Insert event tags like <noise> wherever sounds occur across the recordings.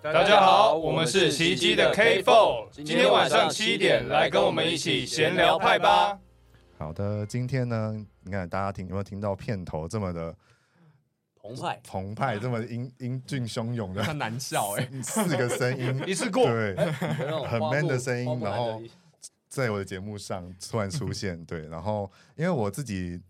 大家好，我们是奇迹的 K Four，今天晚上七点来跟我们一起闲聊派吧。，好的，今天呢，你看大家听有没有听到片头这么的澎湃，澎湃， <laughs> 这么英英俊汹涌的他难 <laughs> 笑哎、四个声音一次过，对，有那种很花 man 的木声音花木然兰的后在我的节目上突然出现，对，然后因为我自己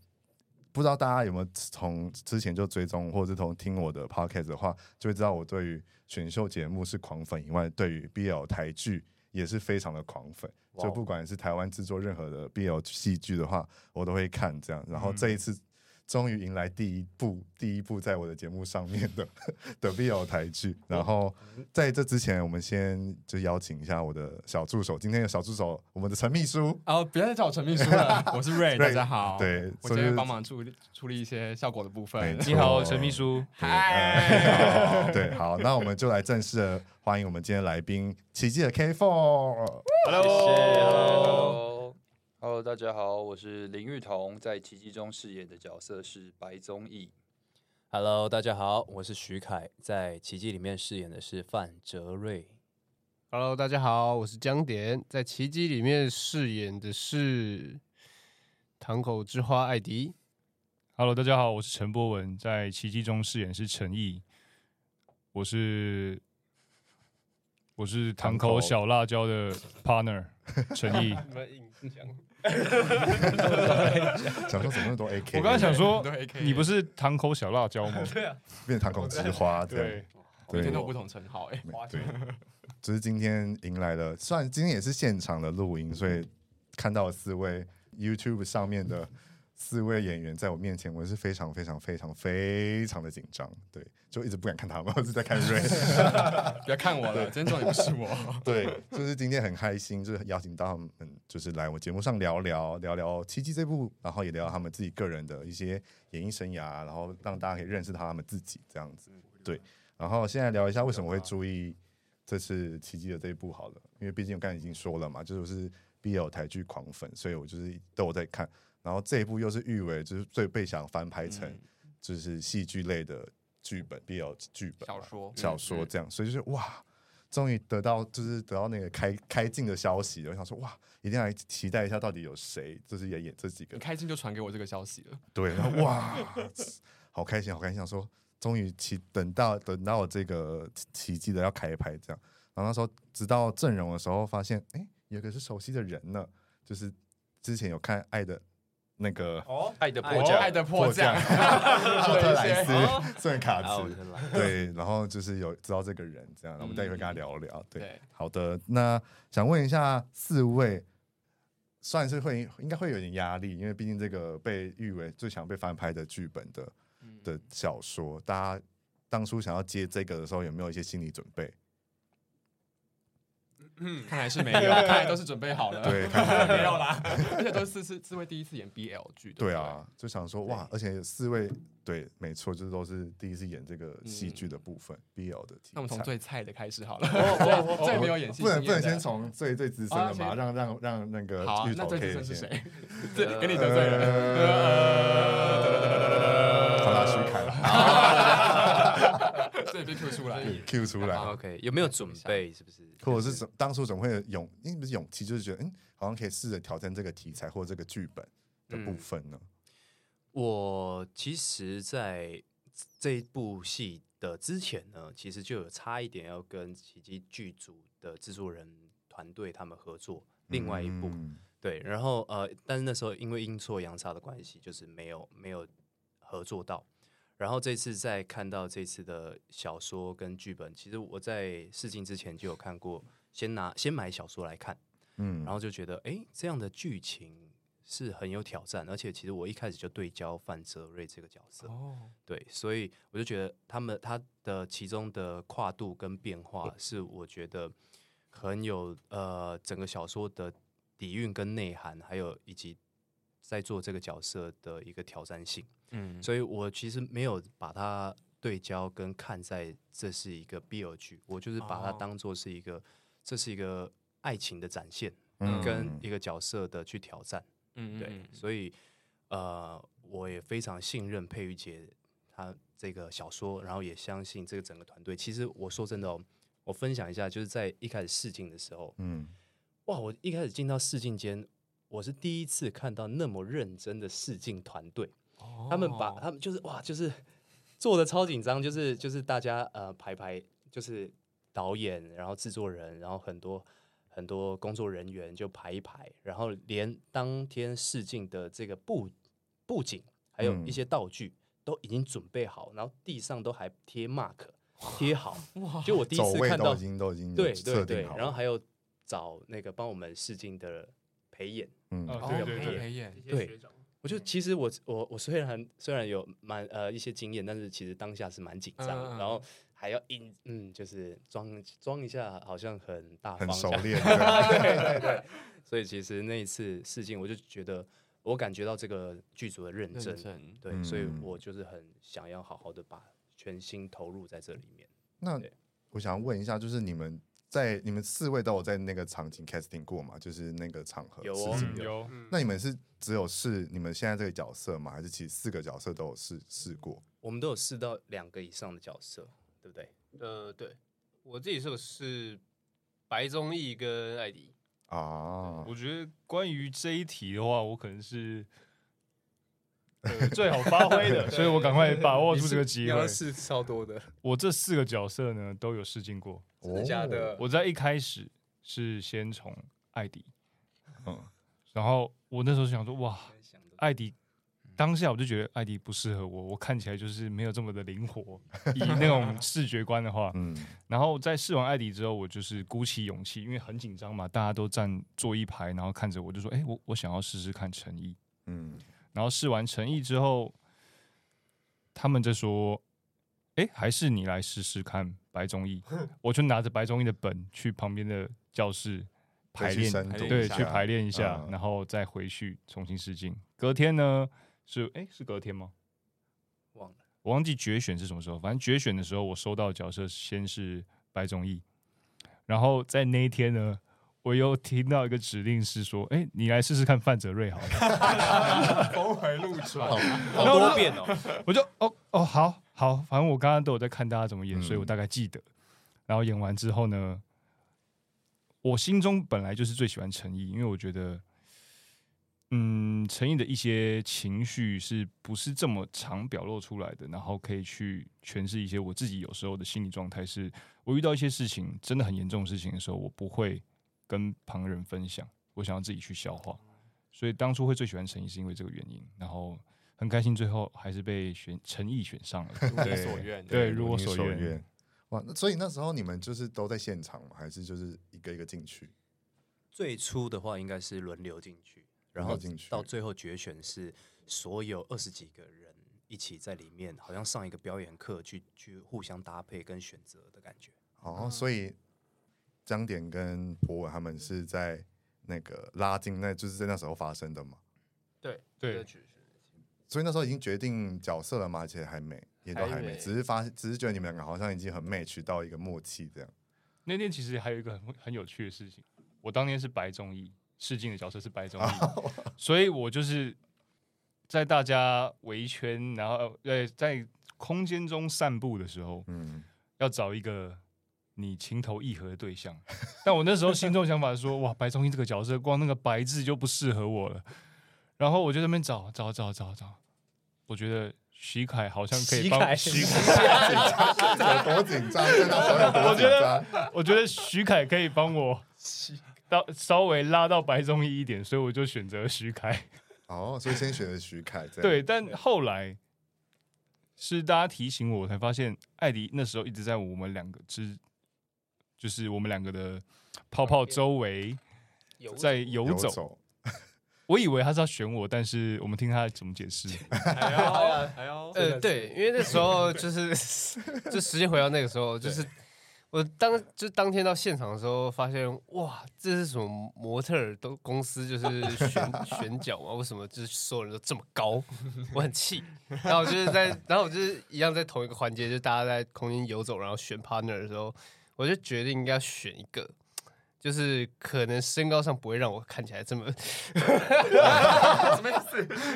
不知道大家有没有从之前就追踪，或者是从听我的 podcast 的话，就会知道我对于选秀节目是狂粉以外，对于 BL 台剧也是非常的狂粉。哇哦就不管是台湾制作任何的 BL 戏剧的话，我都会看这样。然嗯后这一次终于迎来第一部，第一部在我的节目上面的 <laughs> 的 BL 台剧。然后在这之前，我们先就邀请一下我的小助手，今天的小助手，我们的陈秘书。哦，不要再叫我陈秘书了，我是 Ray，大家好。对，我所今以天帮忙处理处理一些效果的部分没。错呃你好，陈秘书，嗨， <laughs> 对，好，那我们就来正式的欢迎我们今天来宾奇迹的 K Four。 Hello Hello，Hello，大家好，我是林玉彤，在《奇迹》中饰演的角色是白宗义。 Hello，大家好，我是徐凯，在《奇迹》里面饰演的是范哲瑞。 Hello，大家好，我是江典，在《奇迹》里面饰演的是堂口之花艾迪。 Hello，大家好，我是陈博文，在奇迹中饰演是陈毅，我是我是堂堂口口小辣椒的 partner 陈毅。你们硬讲，想说怎么那么多 AK？我刚才想 <laughs> 说对，AK，你不是堂口小辣椒 <laughs> 吗？变堂口之花，对啊对，啊每天对都不同称号哎、对， <laughs> 就是今天迎来了，虽然今天也是现场的录音，所以嗯看到了四位 YouTube 上面的四位演员在我面前，我是非常非常非常非常的紧张，对，就一直不敢看他们，我是在看瑞。不要看我了，真重点不是 <laughs> 我。对，就是今天很开心，就是邀请到他们，就是来我节目上聊聊聊聊《奇迹》这部，然后也聊聊他们自己个人的一些演艺生涯，然后让大家可以认识到他们自己这样子。对，然后现在聊一下为什么会注意这次《奇迹》的这一部好了，因为毕竟我刚才已经说了嘛，就是我是 BL 台剧狂粉，所以我就是都有在看。然后这一部又是誉为就是最被想翻拍成嗯就是戏剧类的剧本 BL 剧本小嘛说嗯小说这样，所以就是哇，终于得到就是得到那个开开镜的消息了，我想说哇，一定要来期待一下到底有谁就是也演这几你个开心就传给我这个消息了，对，然后哇， <laughs> 好开心好开心，想说终于期等到等到这个奇迹的要开拍这样，然后那时候直到阵容的时候发现，哎，有一个是熟悉的人呢，就是之前有看《爱的》那个哦 <laughs> 爱的我迫降，哎爱的迫降， <laughs> 奥特莱斯 <laughs> 哦圣卡啊，我兹的。妈！对，然后就是有知道这个人这样，然后我们待会跟他嗯聊聊。对，对，好的，那想问一下四位，算是会应该会有点压力，因为毕竟这个被誉为最想被翻拍的剧本嗯的嗯的小说，大家当初想要接这个的时候，有没有一些心理准备？看来是没有，啊看来都是准备好了。 <laughs> 对看来没有 <laughs> 啦，而且都是四四四位第一次演 BL 剧，不对，啊，就想说哇，而且有四位对，没错，就是都是第一次演这个戏剧的部分、BL 的题材。嗯那我们从最菜的开始好了，最 <laughs> 最没有演戏不能经不验能的先从最最资深哦的先嘛，让让让那个好啊芋，那呃头可最资深以是先。谁？ <laughs> 这给你得罪了。呃呃好啦，徐 <laughs> 凯了所以被 Q 出来。嗯，Q 出来。 OK，有没有准备？是不是？或者是怎当初怎么会有勇，因为不是勇气，就是觉得嗯，好像可以试着挑战这个题材或这个剧本的嗯部分呢？我其实，在这一部戏的之前呢，其实就有差一点要跟奇迹剧组的制作人团队他们合作另外一部，嗯对，然后呃，但是那时候因为阴错阳差的关系，就是没有没有合作到。然后这次在看到这次的小说跟剧本，其实我在试镜之前就有看过，先拿先买小说来看，嗯，然后就觉得诶，这样的剧情是很有挑战，而且其实我一开始就对焦范泽瑞这个角色，哦，对，所以我就觉得他们他的其中的跨度跟变化是我觉得很有呃整个小说的底蕴跟内涵，还有以及在做这个角色的一个挑战性。嗯，所以我其实没有把它对焦跟看在这是一个 BL 剧，我就是把它哦当做是一个、这是一个爱情的展现，嗯跟一个角色的去挑战。嗯对，所以呃，我也非常信任佩玉姐她这个小说，然后也相信这个整个团队。其实我说真的哦，我分享一下，就是在一开始试镜的时候，嗯，哇，我一开始进到试镜间，我是第一次看到那么认真的试镜团队，嗯哦他们把哦他们就是哇，就是做的超紧张，就是就是大家呃排排就是导演，然后制作人，然后很多很多工作人员就排一排，然后连当天试镜的这个布布景，还嗯有一些道具。都已经准备好，然后地上都还贴 mark，贴好。 <laughs> 就我第一走次位看都到已，经都已经对设对定对，好了，然后还有找那个帮我们试镜的陪演。嗯，哦对对培对培演对嗯我就其实我我我虽然虽然有蛮呃一些经验，但是其实当下是蛮紧张嗯的，嗯嗯然后还要硬嗯就是装装一下，好像很大方很这熟样。练，对 <laughs> 对对对，所以其实那一次试镜，我就觉得我感觉到这个剧组的认认真，真，对，所以嗯我就是很想要好好的把全心投入在这里面。那对我想问一下，就是你们在你们四位都有在那个场景 casting 过吗？就是那个场合有试哦镜嗯的有那你们是只有试你们现在这个角色吗？还是其实四个角色都有试试过？我们都有试到两个以上的角色，对不对？呃，对我自己是有是白综艺跟艾迪，啊，我觉得关于这一题的话，我可能是、呃最好发挥 <laughs> 的，所以我赶快把握住这个机会。是超多的，我这四个角色呢都有试镜过。真的假的？我在一开始是先从艾迪，嗯，然后我那时候想说，哇，艾迪。当下我就觉得艾迪不适合我，我看起来就是没有这么的灵活。以那种视觉观的话，嗯，然后在试完艾迪之后，我就是鼓起勇气，因为很紧张嘛，大家都站坐一排，然后看着我，就说：“哎、我我想要试试看诚意。嗯，”然后试完诚意之后，他们就说：“哎、还是你来试试看白综 <laughs> 艺。”我就拿着白综艺的本去旁边的教室排再去练，深度对，一下去排练一下，嗯然后再回去重新试镜。隔天呢是哎、是隔天吗？忘了。我忘记决选是什么时候，反正决选的时候我收到的角色先是白种义，然后在那一天呢，我又听到一个指令是说，哎、你来试试看范泽瑞好了， <laughs> 峰回路转，好多遍哦，我就哦哦好好，反正我刚刚都有在看大家怎么演，嗯所以我大概记得。然后演完之后呢，我心中本来就是最喜欢陈毅，因为我觉得，嗯，陈毅的一些情绪是不是这么常表露出来的？然后可以去诠释一些我自己有时候的心理状态是，我遇到一些事情真的很严重的事情的时候，我不会跟旁人分享，我想要自己去消化。所以当初会最喜欢陈毅是因为这个原因，然后很开心最后还是被选陈毅选上了。如你对所愿，对，如如我哦你所所愿。愿。哇，那所以那时候你们就是都在现场吗？还是就是一个一个进去？最初的话应该是轮流进去，然后轮流进去到最后决选是所有二十几个人一起在里面，好像上一个表演课去去互相搭配跟选择的感觉。哦，所以张典跟博文他们是在那个拉近，那就是在那时候发生的嘛。对对，所以那时候已经决定角色了吗？而且还没，也都还还没，没只是发，只是觉得你们两个好像已经很 match 到一个默契这样。那天其实还有一个很很有趣的事情，我当天是白中义试镜的角色是白中义，所以我就是在大家围圈，然后呃在空间中散步的时候，嗯，要找一个你情投意合的对象。但我那时候心中想法是说，哇，白崇英这个角色，光那个白字就不适合我了。然后我就在那边找找找找找，我觉得徐凯好像可以帮 <laughs> 徐凯，有多紧张？在那时候有多我紧觉张得？我觉得徐凯可以帮 <laughs> 我到稍微拉到白中义一点，所以我就选择徐凯。哦，所以先选了徐凯这样。对，但后来是大家提醒我，我才发现艾迪那时候一直在我们两个之，就是我们两个的泡泡周围在游游走。走，我以为他是要选我，但是我们听他怎么解释。哎呦哎呦，呃，对，因为那时候就是 <laughs> 就直接回到那个时候，就是我当就当天到现场的时候，发现哇，这是什么模特儿都公司就是 <laughs> 选选角嘛？为什么就是所有人都这么高？我很气。然后我就是 <laughs> 在，然后我就是一样在同一个环节，就大家在空间游走，然后选 partner 的时候，我就决定应该要选一个。就是可能身高上不会让我看起来这么 <laughs>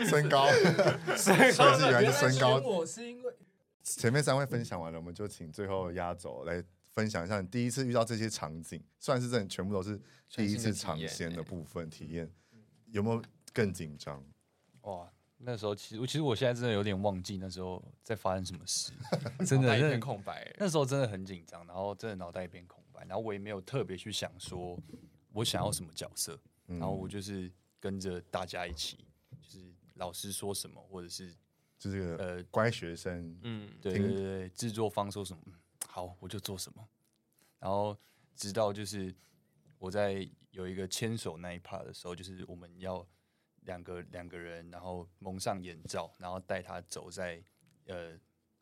身 <laughs> 高， <laughs> 身设计员的身高。我是因为前面三位分享完了，我们就请最后压轴来分享一下你第一次遇到这些场景，算是真的全部都是第一次尝全新鲜的体验的部分体验，嗯有没有更紧张？哇，那时候其实我其实我现在真的有点忘记那时候在发生什么 <laughs> 事，真脑的袋一真片的空白。那时候真的很紧张，然后真的脑袋一片空白，然后我也没有特别去想说我想要什么角色，嗯然后我就是跟着大家一起，就是老师说什么，或者是就是这个呃，乖学生，嗯，对听对对对，制作方说什么，嗯好我就做什么，然后直到就是我在有一个牵手那一 part 的时候，就是我们要两个两个人，然后蒙上眼罩，然后带他走在呃，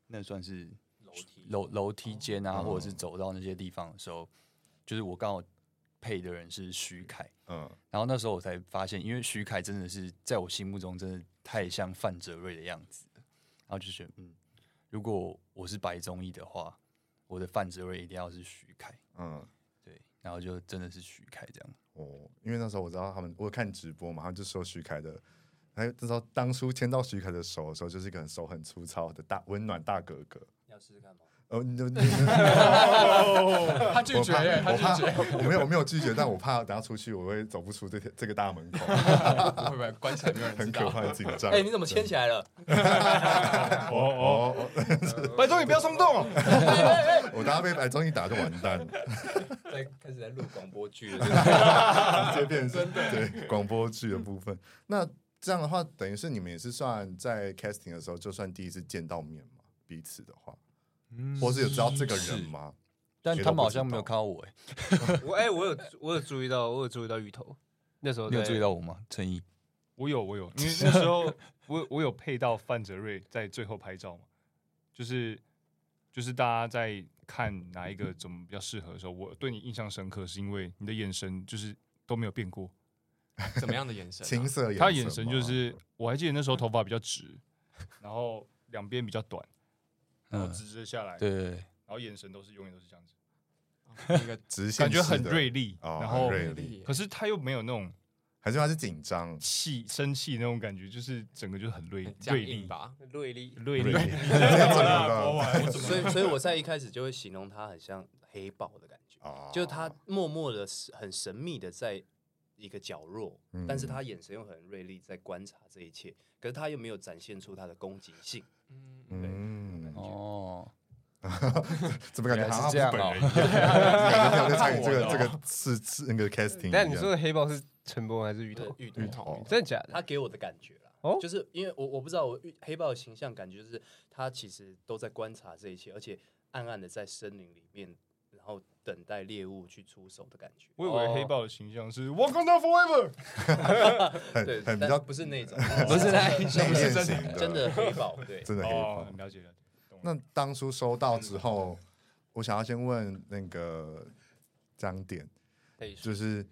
那算是楼梯楼楼梯间啊，哦或者是走到那些地方的时候，就是我刚好配的人是徐凯，嗯，然后那时候我才发现，因为徐凯真的是在我心目中真的太像范哲瑞的样子了，然后就觉得，嗯，如果我是白综艺的话，我的范哲瑞一定要是徐凯，嗯，对，然后就真的是徐凯这样，哦，因为那时候我知道他们，我有看直播嘛，他们就说徐凯的，还有那时候当初牵到徐凯的手的时候，就是一个很手很粗糙的大温暖大哥哥。要试试看吗？哦，你你他拒我绝怕耶，他我拒怕绝，我没有我没有拒绝，但我怕等下出去我会走不出这条这个大门口，不会不会，关起来没有人知很可道。怕，紧张。哎、你怎么牵起来了？哦哦， <laughs> 哦，哦白总你不要冲动， <laughs> 我等下被白综艺打就完蛋，了，在开始在录广播剧了。直接变成对广播剧的部分。那这样的话，等于是你们也是算在 casting 的时候，就算第一次见到面嘛，彼此的话，或是有知道这个人吗？但谁都他们不好知像没有道看到我、欸，我哎、我有我有注意到，我有注意到芋头，那时候你有在注意到我吗？陈毅，我有我 <laughs> 有，因为那时候我我有配到范哲瑞在最后拍照嘛，就是就是大家在看哪一个怎么比较适合的时候，我对你印象深刻，是因为你的眼神就是都没有变过，怎么样的眼神啊？青涩眼，他的眼神就是，我还记得那时候头发比较直，然后两边比较短，然后嗯，直直地下来，对对对，然后眼神都是永远都是这样子，那个直线感觉很式的锐利，哦然很后锐魅利力耶可是他又没有那种还是他是紧张， <laughs> 气生气那种感觉，就是整个就很锐很僵锐利硬，吧？瑞丽，锐利锐利 <laughs> 怎么了博完我怎么所以，所以我在一开始就会形容他很像黑豹的感觉，啊就是他默默的、很神秘的在一个角落，嗯但是他眼神又很锐利，在观察这一切，可是他又没有展现出他的攻击性。嗯，哦，怎么感觉原来好是像这样不是本哦人一样？感觉没有在参与这个这个是是那个 casting 一但你样说的黑豹是陈柏文还是芋头？芋头芋头真的假的？他给我的感觉啦，哦就是因为我我不知道我遇黑豹的形象感觉就是他其实都在观察这一切，而且暗暗的在森林里面，然后等待猎物去出手的感觉。我以为黑豹的形象是 Wakanda <laughs> Forever，对，很很比但较不是 <laughs> 那种，不是哎那一内是敛真型的真的黑豹，对，真的黑哦帮，。了解了解。那当初收到之后，我想要先问那个张点，哎是就是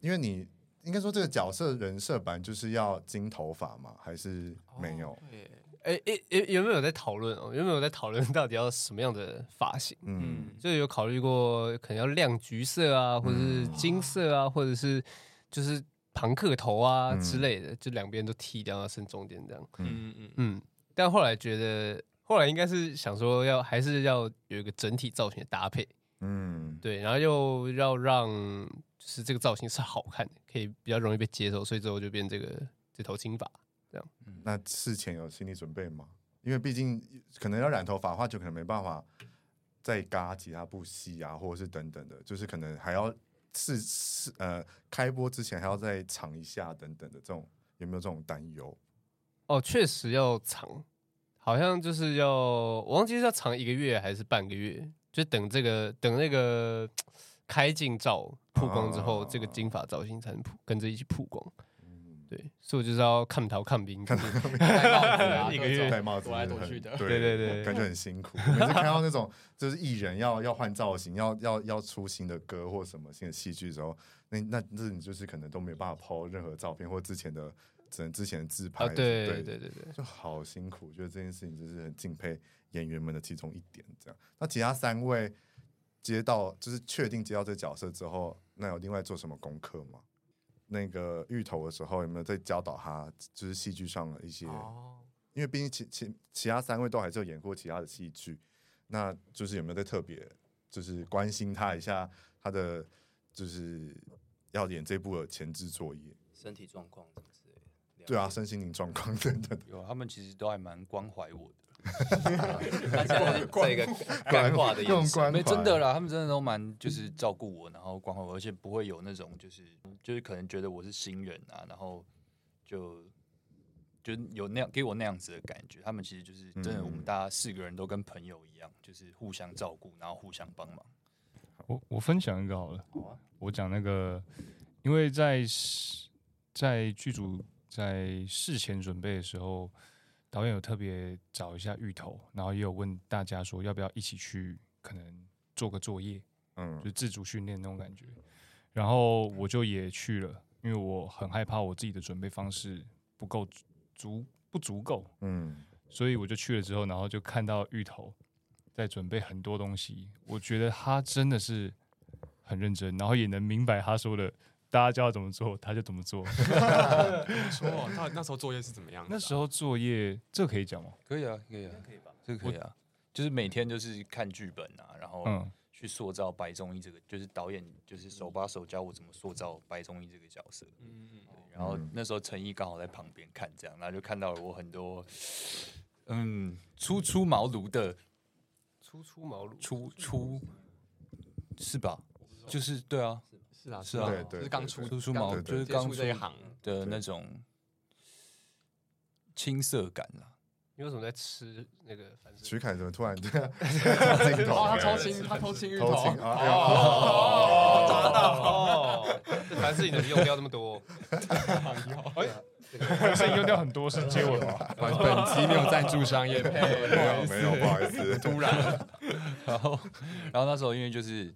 因为你应该说这个角色人设版就是要金头发吗？还是没有？哦，对哎哎哎，有没有在讨论哦？有没有在讨论到底要什么样的发型？嗯，就有考虑过可能要亮橘色啊，或者是嗯金色啊，或者是就是庞克头啊嗯之类的，就两边都剃掉，要剩中间这样。嗯嗯嗯，但后来觉得，后来应该是想说要还是要有一个整体造型的搭配，嗯，对，然后又要让就是这个造型是好看的，可以比较容易被接受，所以之后就变这个这头金发。那事前有心理准备吗？因为毕竟可能要染头发的话，就可能没办法再嘎其他部戏啊，或者是等等的，就是可能还要试试呃开播之前还要再尝一下等等的这种，有没有这种担忧？哦，确实要长，好像就是要我忘记是要长一个月还是半个月，就等这个等那个开镜照曝光之后，这个哦金发造型才能曝跟着一起曝光。嗯，对，所以我就是要看头看兵，看 <laughs> <laughs> 一个啊月戴帽子躲来躲很去的对对对对感觉很辛苦。每次看到那种就是艺人要要换造型，要要要出新的歌或什么新的戏剧的时候，那那那你就是可能都没有办法 PO 任何照片或之前的。只能之前的自拍啊，对对对对对对，就好辛苦，我觉得这件事情就是很敬佩演员们的其中一点。这样，那其他三位接到就是确定接到这角色之后，那有另外做什么功课吗？那个芋头的时候有没有在教导他，就是戏剧上的一些？哦，因为毕竟其其其他三位都还是有演过其他的戏剧，那就是有没有在特别就是关心他一下他的就是要演这部的前置作业，身体状况什么之类的。了对啊，解，身心灵状况 <laughs> 等等。有他们其实都还蛮关怀我的，他现在在一个干化的眼用神，关没怀真的啦，他们真的都蛮就是照顾我，然后关怀我，而且不会有那种就是就是可能觉得我是新人啊，然后就就有那样给我那样子的感觉。他们其实就是真的，嗯我们大家四个人都跟朋友一样，就是互相照顾，然后互相帮忙。我我分享一个好了，好啊我讲那个，因为在事在剧组在事前准备的时候，导演有特别找一下芋头，然后也有问大家说要不要一起去，可能做个作业，嗯就，是自主训练那种感觉。然后我就也去了，因为我很害怕我自己的准备方式不够足足不足够，嗯，所以我就去了之后，然后就看到芋头在准备很多东西，我觉得他真的是很认真，然后也能明白他说的，大家叫他怎么做，他就怎么 <laughs> 做。说他那时候作业是怎么样的啊？那时候作业这可以讲吗？可以啊，可以啊，可以吧？这个可以啊，就是每天就是看剧本啊，然后嗯，去塑造白中医这个，就是导演就是手把手教我怎么塑造白中医这个角色。嗯，嗯嗯然后嗯那时候陈毅刚好在旁边看，这样，然后就看到了我很多，嗯，初出茅庐的初出茅庐，初初，是吧？就是对啊，是啊，是是啊啊，对对就是刚出初出茅对庐对就是接刚触出这一行，的对那种青涩感啊啦。你为什么在吃那个反正徐凯怎么突然对 <laughs> 啊？镜头哦，他 <laughs> 偷哎亲，他偷亲芋偷情头，啊！哎呦哦，抓到哦，这凡士你怎么用掉那 <laughs> 么多？声音用掉很多是接吻吗？本本期没有赞助商业配，没有没有，不好意 <laughs> 思，突然，然后，然后那时候因为就是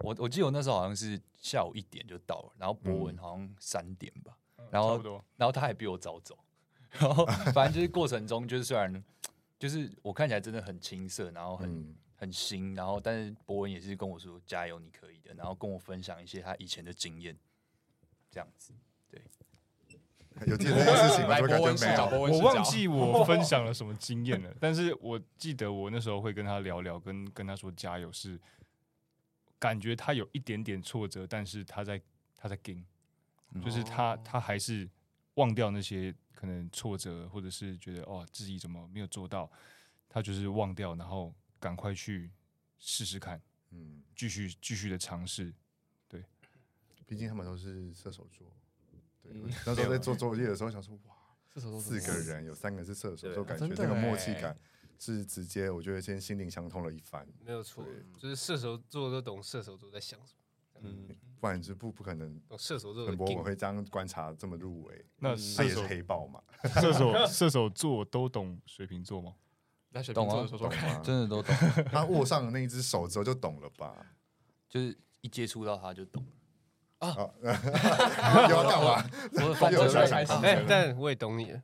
我我记得我那时候好像是下午一点就到了，然后博文好像三点吧，<laughs> 然差后不多。然后他还比我早走， <laughs> 然后反正就是过程中就是虽然就是我看起来真的很青涩，然后很、嗯很新，然后但是博文也是跟我说加油，你可以的，然后跟我分享一些他以前的经验，这样子。有记得这件事情吗？来博怎么感文觉视没角，有？博文我视忘角记我分享了什么经验了，但是我记得我那时候会跟他聊聊，跟跟他说加油是，感觉他有一点点挫折，但是他在他在跟，就是他他还是忘掉那些可能挫折，或者是觉得哦自己怎么没有做到，他就是忘掉，然后赶快去试试看，嗯，继续继续的尝试。毕竟他们都是射手座。对，嗯我那时候啊在做作业的时候想说，哇，射手座四个人有三个是射手，对就感觉真的那个默契欸感是直接，我觉得先心灵相通了一番，没有错对，就是射手座都懂射手座在想什么，嗯，不然是不不可能。懂射手座的很博文 game。会这样观察这么入围，那他射也是手黑豹嘛， <laughs> 射 <laughs> 手射手座都懂水瓶座吗？来水瓶座的说说懂看，吗？真的都懂，他握上了那一只手之后就懂了吧？ <laughs> 就是一接触到他就懂。 <laughs> 又要干嘛？我的反又射要圈想开始到哎，但我也懂你了，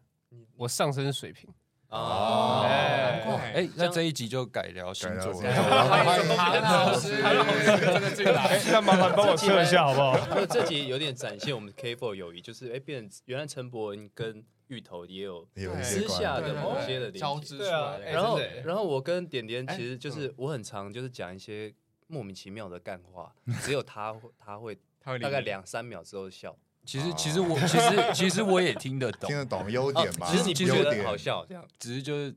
我上升水平，啊，哎，哎、那这一集就改聊星座哦改聊了星座。潘老师，潘老师真的进来，哎那麻烦帮我测一下好不好？没有这集有点展现我们 K Four 友谊，就是哎，变成原来陈伯文跟芋头也有也有一些 <laughs> 私下关的对某对些的对连交接织出来对啊哎的，然后真的欸，然后我跟点点哎其实就是我很常就是讲一些莫名其妙的干话，只有他会他会他会理大你概两三秒之后笑。 <laughs> 其实，其实我其实其实我也听得懂 <laughs> 听，得懂优哦点嘛？其实你不有觉优得点好，笑这样？只是就是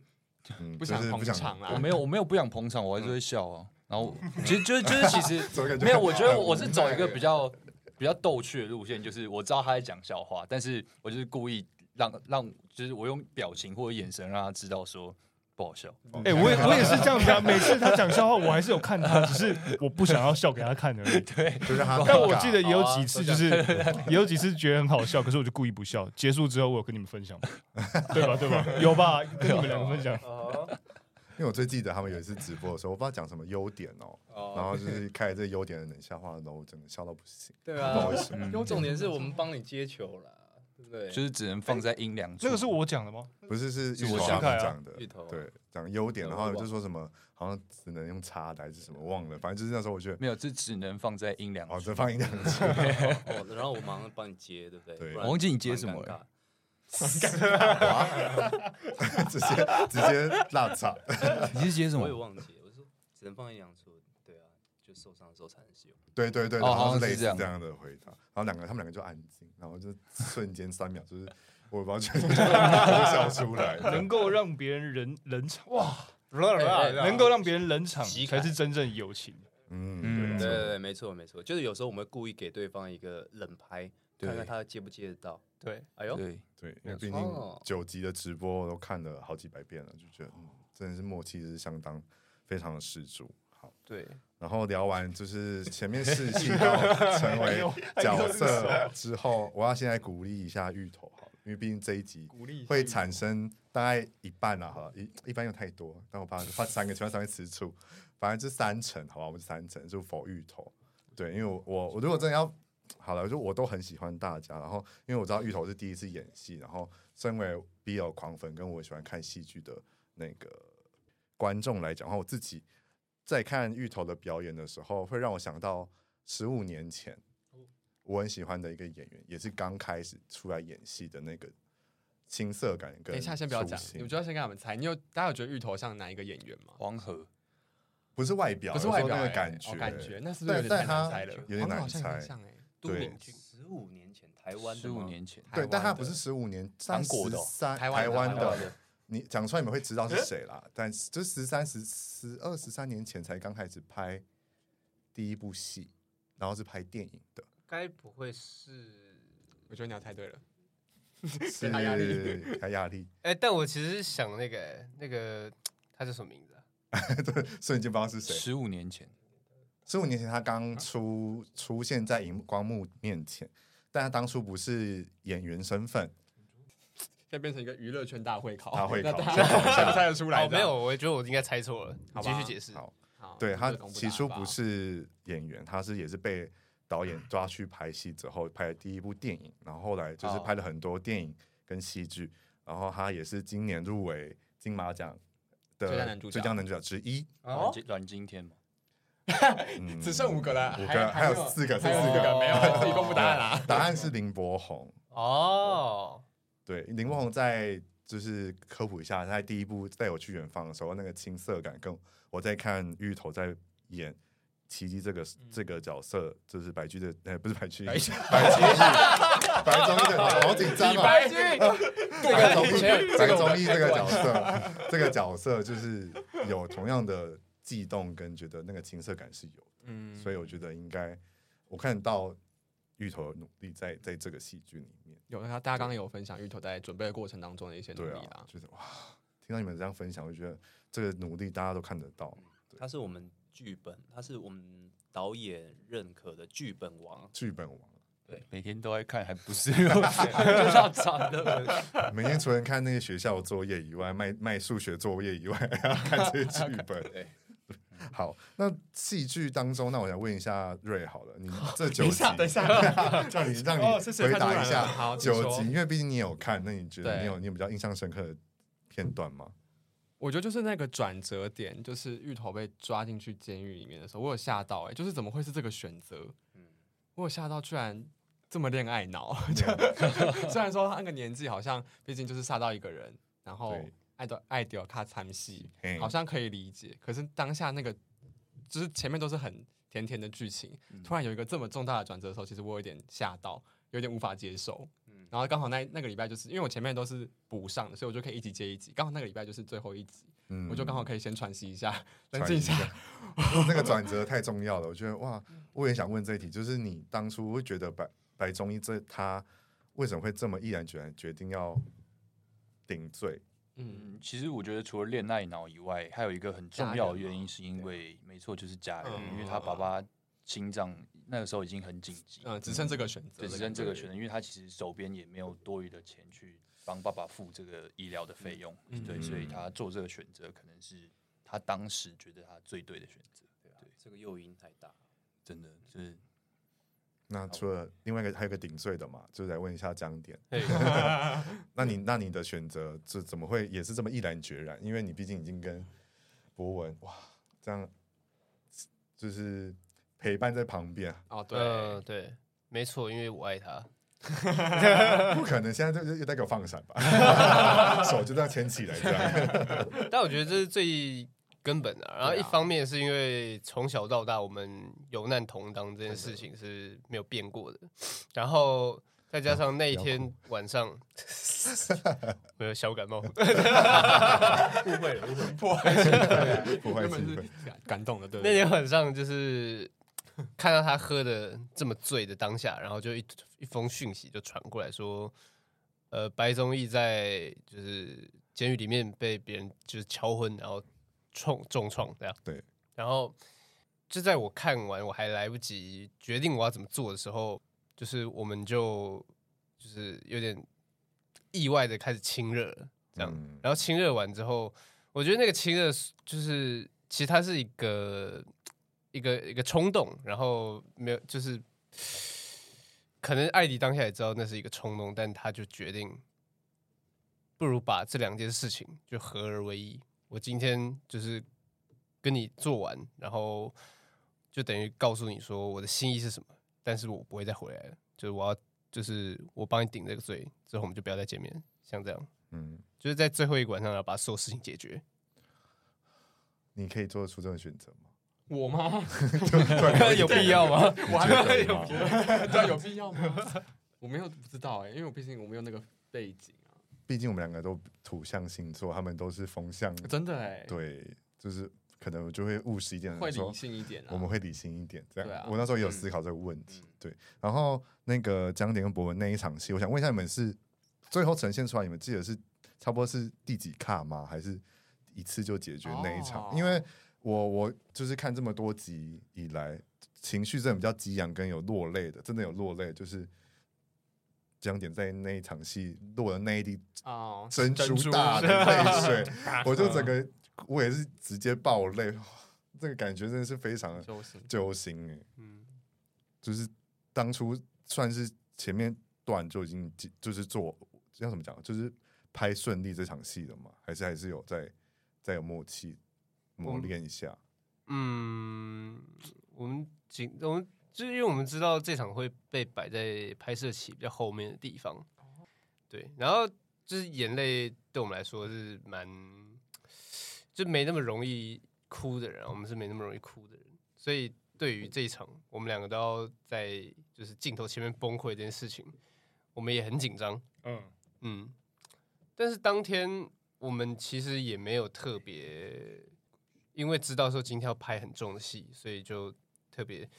嗯不就想是捧不想啊场啦我没有我没有不想捧场，我还是会笑啊。然后其实就是就是其 <laughs> 实 <laughs> 怎么感觉没有，我觉得我是走一个比较比较逗趣的路线，就是我知道他在讲笑话，但是我就是故意让让，就是我用表情或者眼神让他知道说不好笑。哎、我也我也是这样讲，每次他讲笑话，我还是有看 <laughs> 他，只是我不想要笑给他看而 <laughs> 已。 <laughs> 就让他尴尬。但我记得也有几次，就是 <laughs> 也有几次觉得很好笑，可是我就故意不笑。结束之后，我有跟你们分享吗， <laughs> 对吧？对吧？有吧？跟你们两个分 <laughs> 享。因为我最记得他们有一次直播的时候，我不知道讲什么优点哦，然后就是开了这优点的冷笑话，然后我整个笑到不行，对不啊好，意思。嗯，重点是我们帮你接球啦，对不对？就是只能放在阴凉哎处。那个是我讲的 <laughs> 吗？不是是是芋我头想他开啊们讲的，芋头啊对，讲优点，对然我后忘就了说什么好像只能用叉的还是什么忘了，反正就是那时候我觉得没有，这只能放在阴凉哦，处这。放音量机，哦，然后我马上帮你接，对不对？对不然我忘记你接什么蛮尴尬了， <laughs> 直接直接辣叉，你是接什我也么？忘记，我说只能放一两处，对啊，就受伤的时候才能使用。 <laughs> 对对对，哦然后好像类是似这样这样的回答，然后两个他们两个就安静，然后就瞬间三秒，就是 <laughs> 我也不知道，就就笑出来。能够让别人冷冷场， <laughs> 哇，哎哎能能够让别人冷场喜才感是真正友情。嗯，嗯对对对啊，对，没错没错，就是有时候我们会故意给对方一个冷拍，对看看他接不接得到。对，哎呦，对，对，因为毕竟哦九集的直播我都看了好几百遍了，就觉得哦嗯，真的是默契是相当非常的十足。好，对，然后聊完就是前面试 <laughs> 戏到成哎为角哦色之后，我要现在鼓励一下芋头好了，因为毕竟这一集鼓励会产生大概一半啊，哈，一一般又太多，但我怕怕三个，千万三个吃醋，反正就三成，好吧，我们三成就否芋头，对，因为我我我如果真的要好了，就我都很喜欢大家，然后因为我知道芋头是第一次演戏，然后身为 BL 狂粉，跟我喜欢看戏剧的那个观众来讲，然后我自己在看芋头的表演的时候，会让我想到十五年前。我很喜欢的一个演员，也是刚开始出来演戏的那个青涩感跟。哎等一下，先不要讲，你们就要先给他们猜。你有大家有觉得芋头像哪一个演员吗？黄河不是外表，不是外有时表候那欸，个感觉，哦感觉，那是不是有但点太难但他猜了？有黄河点难好像有猜点像哎，杜对敏俊，十五年前台湾的十五吗年前，台对湾，但他的不是十五年，韩国的哦三台湾台的湾台湾的，你讲出来你们会知 <laughs> 道是谁啦。但是就十三、十十二、十三年前才刚开始拍第一部戏，然后是拍电影的， <laughs> 该不会是？我觉得你要猜对了。是亚历凯亚丽，哎，但我其实是想那个哎那个他叫什么名字啊？瞬间不知道是谁。十五年前，十五年前他刚出出现在荧光幕面前，但他当初不是演员身份，现在变成一个娱乐圈大会考，大会哦那考大先家考一下猜不猜得出来哦，的？啊没有，我觉得我应该猜错了，好你吧继续解释。好，好，对他哦这个公起初打吧不，是演员，他是也是被导演抓去拍戏之后拍的第一部电影，然后后来就是哦拍了很多电影跟戏剧，然后他也是今年入围金马奖的最佳男主角最佳男主角之一，哦哦阮经阮经天嘛，<laughs> 嗯只剩五个了，五还个，还有有四个，还剩有四四个，个，没有自己公布答案啊啦。答案是林柏宏。哦，对，林梦红在就是科普一下，他在第一部带我去远方的时候，那个青涩感跟我在看芋头在演奇迹这个、这个角色，就是白居的，呃，不是白居嗯 <laughs> 易，白居易，白中易的，好紧张李啊！白君，白中易，白中易这个角色，这个角色就是有同样的悸动跟觉得那个青涩感是有的，嗯所以我觉得应该我看到芋头的努力在在这个戏剧里面。有他，大家刚刚有分享芋头在准备的过程当中的一些努对力啊啦，。就是哇，听到你们这样分享，我觉得这个努力大家都看得到。他是我们剧本，他是我们导演认可的剧本王。剧本王，每天都在看，还不是 <laughs> 每天除了看那些学校的作业以外，卖 <laughs> 卖数学作业以外，还要看这些剧 <laughs> 本。好，那戏剧当中，那我想问一下瑞好了，你 <laughs> 这九等一集下，等一 <laughs> 下，让你让哦你是谁回看出答来一下了好请九说集，因为毕竟你有看，那你觉得对你有你有比较印象深刻的片段 <laughs> 吗？我觉得就是那个转折点，就是芋头被抓进去监狱里面的时候，我有吓到哎、就是怎么会是这个选择？嗯，我有吓到，居然这么恋爱脑。 <laughs> 没有虽然说他那个年纪好像，毕竟就是杀到一个人，然后对爱到爱丢他参戏，嘿好像可以理解。可是当下那个，就是前面都是很甜甜的剧情，突然有一个这么重大的转折的时候，其实我有点吓到，有点无法接受。嗯然后刚好那那个礼拜就是因为我前面都是补上的，所以我就可以一集接一集。刚好那个礼拜就是最后一集，嗯我就刚好可以先喘息一下，冷转静移一下。， <laughs> 那个转折太重要了。我觉得哇，我也想问这一题，就是你当初会觉得白白中医这他为什么会这么毅然决然决定要顶罪？嗯，嗯，其实我觉得除了恋爱脑以外，还有一个很重要的原因，是因为没错，就是家人，嗯因为他爸爸心脏那个时候已经很紧急，呃，只剩这个选择对，了，只剩这个选择，因为他其实手边也没有多余的钱去帮爸爸付这个医疗的费用，嗯对，所以他做这个选择可能是他当时觉得他最对的选择，对，这个诱因太大。真的就是那除了另外一个还有一个顶罪的嘛，就是来问一下江点， <laughs> 嘿那你那你的选择这怎么会也是这么毅然决然？因为你毕竟已经跟博文哇这样就是陪伴在旁边，啊哦， <laughs> 对，呃嗯，对，没错，因为我爱他。 <laughs> 不可能现在就又在给 <laughs> 我放闪吧，手就这样牵起来这样。 <laughs> 但我觉得这是最根本啊。然后对一啊方面是因为从小到大我们有难同当这件事情是没有变 <laughs> 过的，然后再加上那一天晚上 <laughs> 没有小感冒，误会了，误会了。 <laughs> 破坏气氛，不会 <laughs> 根气本氛。是感感动的，对不那对？天晚上就是看到他喝的这么醉的当下，然后就一一封讯息就传过来说，呃，白宗义在就是监狱里面被别人就是敲昏，然后重重创这样。对，然后就在我看完，我还来不及决定我要怎么做的时候，就是我们就就是有点意外的开始亲热了，这样。嗯然后亲热完之后，我觉得那个亲热是就是其实它是一个一个一个冲动，然后没有就是可能艾迪当下也知道那是一个冲动，但他就决定不如把这两件事情就合而为一。我今天就是跟你做完，然后就等于告诉你说我的心意是什么，但是我不会再回来了，就是我要就是我帮你顶这个罪，之后我们就不要再见面，像这样。嗯，就是在最后一个晚上要把所有事情解决。你可以做出这种选择吗？我吗？ <laughs> 有必要吗？我还觉得没有有必必要，对，啊有必要吗？我没有不知道哎、因为我毕竟我没有那个背景啊，毕竟我们两个都土象星座，他们都是风象，真的哎、对，就是可能我就会务实一点地会说理性一点啊。我们会理性一点，这样。对啊我那时候也有思考这个问嗯题，对。然后那个江点跟博文那一场戏，我想问一下你们是最后呈现出来，你们记得是差不多是第几卡吗？还是一次就解决那一场？哦因为我我就是看这么多集以来，情绪真的比较激昂，跟有落泪的，真的有落泪，就是。江点在那一场戏落的那一滴哦，珍珠大的泪水，我就整个我也是直接爆泪，哇这个感觉真的是非常的就是揪心哎、嗯，就是当初算是前面段就已经进就是做要怎么讲，啊就是拍顺利这场戏了嘛，还是还是有在在有默契磨练一下，嗯，我们紧我们就是因为我们知道这场会被摆在拍摄期比较后面的地方，对，然后就是眼泪对我们来说是蛮就没那么容易哭的人啊，我们是没那么容易哭的人，所以对于这一场我们两个都要在就是镜头前面崩溃这件事情，我们也很紧张，嗯，嗯，但是当天我们其实也没有特别，因为知道说今天要拍很重的戏，所以就特别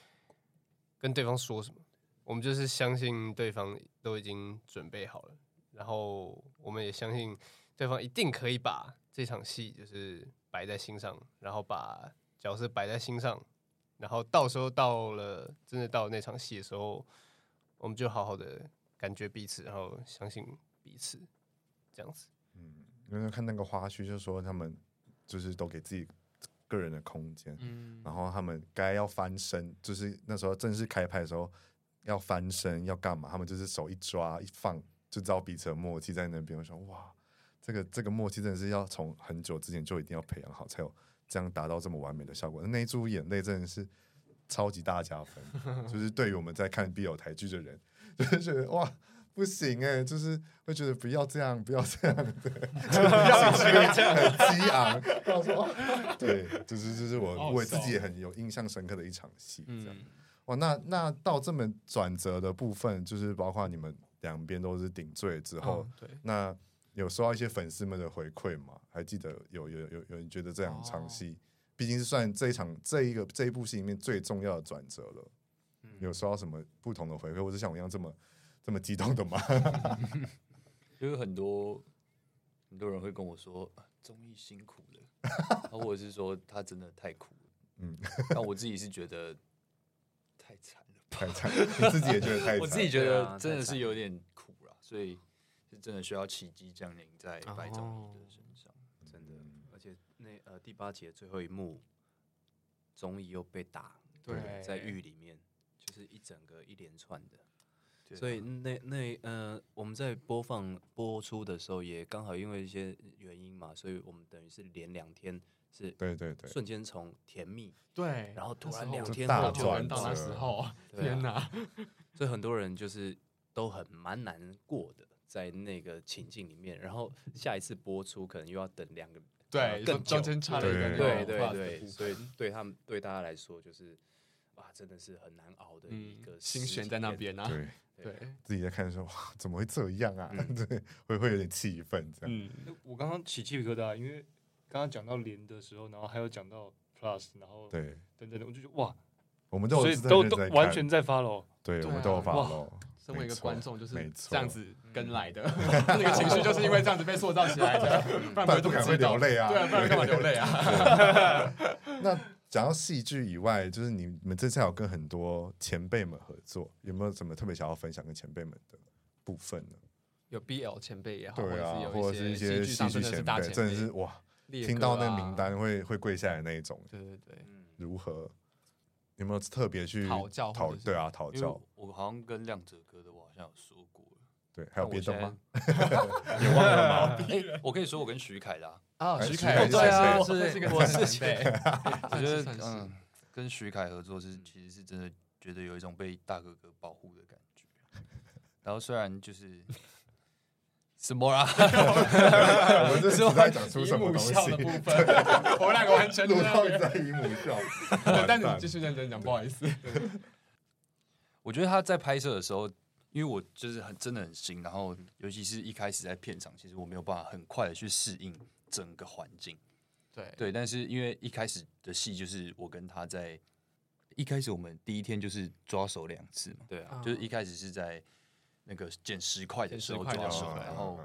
跟对方说什么。我们就是相信对方都已经准备好了，然后我们也相信对方一定可以把这场戏就是摆在心上，然后把角色摆在心上，然后到时候到了真的到那场戏的时候，我们就好好的感觉彼此，然后相信彼此，这样子。嗯，因为看那个花絮就说他们就是都给自己个人的空间，嗯，然后他们该要翻身，就是那时候正式开拍的时候要翻身要干嘛？他们就是手一抓一放，就知道彼此的默契在那边。我说哇，这个这个默契真的是要从很久之前就一定要培养好，才有这样达到这么完美的效果。那一株眼泪真的是超级大加分，就是对于我们在看 BL 台剧的人， <laughs> 就是觉得哇。不行哎、就是会觉得不要这样，不要这样，对，就是情绪很激昂，然后说对，就是就是我好我自笑哦己也很有印象深刻的一场戏，这样。嗯，哇，那那到这么转折的部分，就是包括你们两边都是顶罪之后，嗯对，那有收到一些粉丝们的回馈吗？还记得有有有有人觉得这两场戏，毕竟是算这一场这一个这一部戏里面最重要的转折了，有收到什么不同的回馈，或者像我一样这么这么激动的吗？ <laughs> 因为很多很多人会跟我说啊综艺辛苦了， <laughs> 然后我是说他真的太苦了，嗯嗯，那我自己是觉得太惨了吧，太惨，你自己也觉得太惨，我自己觉对得啊真的太是惨有点苦了，所以是真的需要奇迹降临在哦白宗宇的身上，真的。而且那呃第八节最后一幕，钟仪又被打，对，在狱里面，就是一整个一连串的。对啊所以那那呃，我们在播放播出的时候，也刚好因为一些原因嘛，所以我们等于是连两天是对对对，瞬间从甜蜜，对，然后突然那时候两天大后大就转转折到那时候，对啊天哪，所以很多人就是都很蛮难过的，在那个情境里面。然后下一次播出可能又要等两个对，更中中久间差了一对个对六对 plus 的对，部分 <laughs> 所以对他们对大家来说就是哇，真的是很难熬的一嗯个，心时悬在那间。边啊，对对，自己在看的时候，哇，怎么会这样啊？ <laughs> 对，会会有点气愤这样。嗯，我刚刚起鸡皮疙瘩，因为刚刚讲到连的时候，然后还有讲到 plus，然后对，等等，我就觉得哇，我们都有所以认真都在都看完全在 <laughs> follow。对，对我们都有啊发哇喽。身为一个没错观众就没是错这样子跟来的，那个情绪就是因为这样子被塑造起来的，不然不然会不这么敢会激动流泪啊对啊，不然干嘛流泪啊？ <laughs> 那讲到戏剧以外，就是你们这次还有跟很多前辈们合作，有没有什么特别想要分享跟前辈们的部分呢？有 BL 前辈也好，对啊，或或者者是是有些一些剧戏上剧真的是前大辈，前辈，真的是哇，烈听哥到那啊名，单会会跪下来那一种，对对嗯对，如何？有没有特别去讨教或讨者是对啊讨因为教我我好像跟亮哲哥的，我好像有说过了。对，还有别的吗？也忘了吗？哎， <laughs> 我可以说我跟徐凯啦，啊，哎徐徐凯凯也对啊前辈我是算一个我前是辈， <laughs> 我算觉是得算是嗯嗯，跟徐凯合作是其实是真的觉得有一种被大哥哥保护的感觉。 <laughs> 然后虽然就是什么啦，我们这是在讲出 <laughs> 什么东西？笑的 <laughs> 部分， <laughs> 我们两个完全鲁录道到一直在姨母笑， <laughs> 但完你蛋继续认真讲，不好意思。我觉得他在拍摄的时候，因为我就是很真的很新，然后尤其是一开始在片场，其实我没有办法很快的去适应整个环境。对对，但是因为一开始的戏就是我跟他在一开始我们第一天就是抓手两次嘛，对啊，就是一开始是在那个捡石块的时候捡石抓块的时手，候嗯然后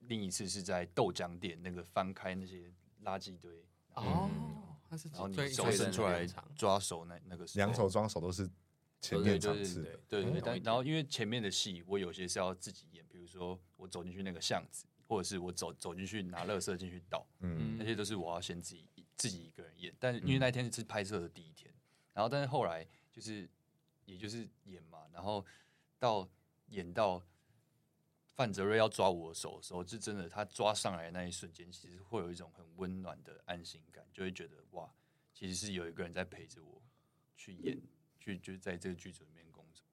另一次是在豆浆店那个翻开那些垃圾堆，哦嗯，他是然后你最一手开始伸出的来立场抓手那那个时候两手装手都是前对面场对次的，对对，嗯但然后因为前面的戏，我有些是要自己演，比如说我走进去那个巷子，或者是我走走进去拿垃圾进去倒，嗯，那些都是我要先自己自己一个人演。但是因为那天是拍摄的第一天，然后但是后来就是也就是演嘛，然后到演到范泽瑞要抓我的手的时候，是真的他抓上来的那一瞬间，其实会有一种很温暖的安心感，就会觉得哇，其实是有一个人在陪着我去演，去就在这个剧组里面工作。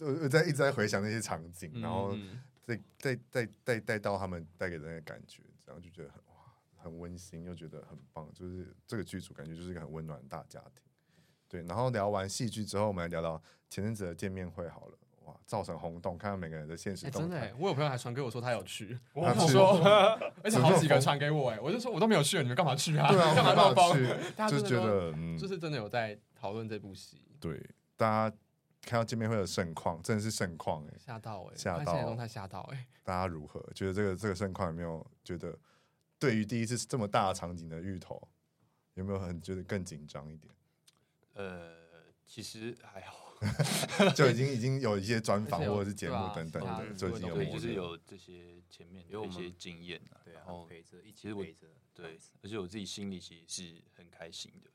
我我在一直在回想那些场景，嗯然后嗯再再再再带到他们带给人的感觉，然后就觉得很哇，很温馨，又觉得很棒，就是这个剧组感觉就是一个很温暖的大家庭。对，然后聊完戏剧之后，我们来聊聊前阵子的见面会好了，哇，造成轰动，看看每个人的现实哎，动真的态。欸，我有朋友还传给我说他有去，他我去说， <laughs> 而且好几个传给我，哎，我就说我都没有去，你们干嘛去啊？对 <laughs> 啊，干嘛我闹没办包法？大家真去，就的觉都得嗯，就是真的有在讨论这部戏，对，大家看到见面会的盛况，真的是盛况哎、吓到哎，吓看到现在动态吓到哎，大家如何觉得这个这个盛况有没有觉得对于第一次这么大的场景的芋头，有没有很觉得更紧张一点？呃，其实还好。就已经已经有一些专访而且有或者是节目对啊等等是的，啊就已经有对，磨就是练有这些前面有有一我们些经验啊，对然啊，后陪着其一起实我陪着，对，而且我自己心里其实是很开心的，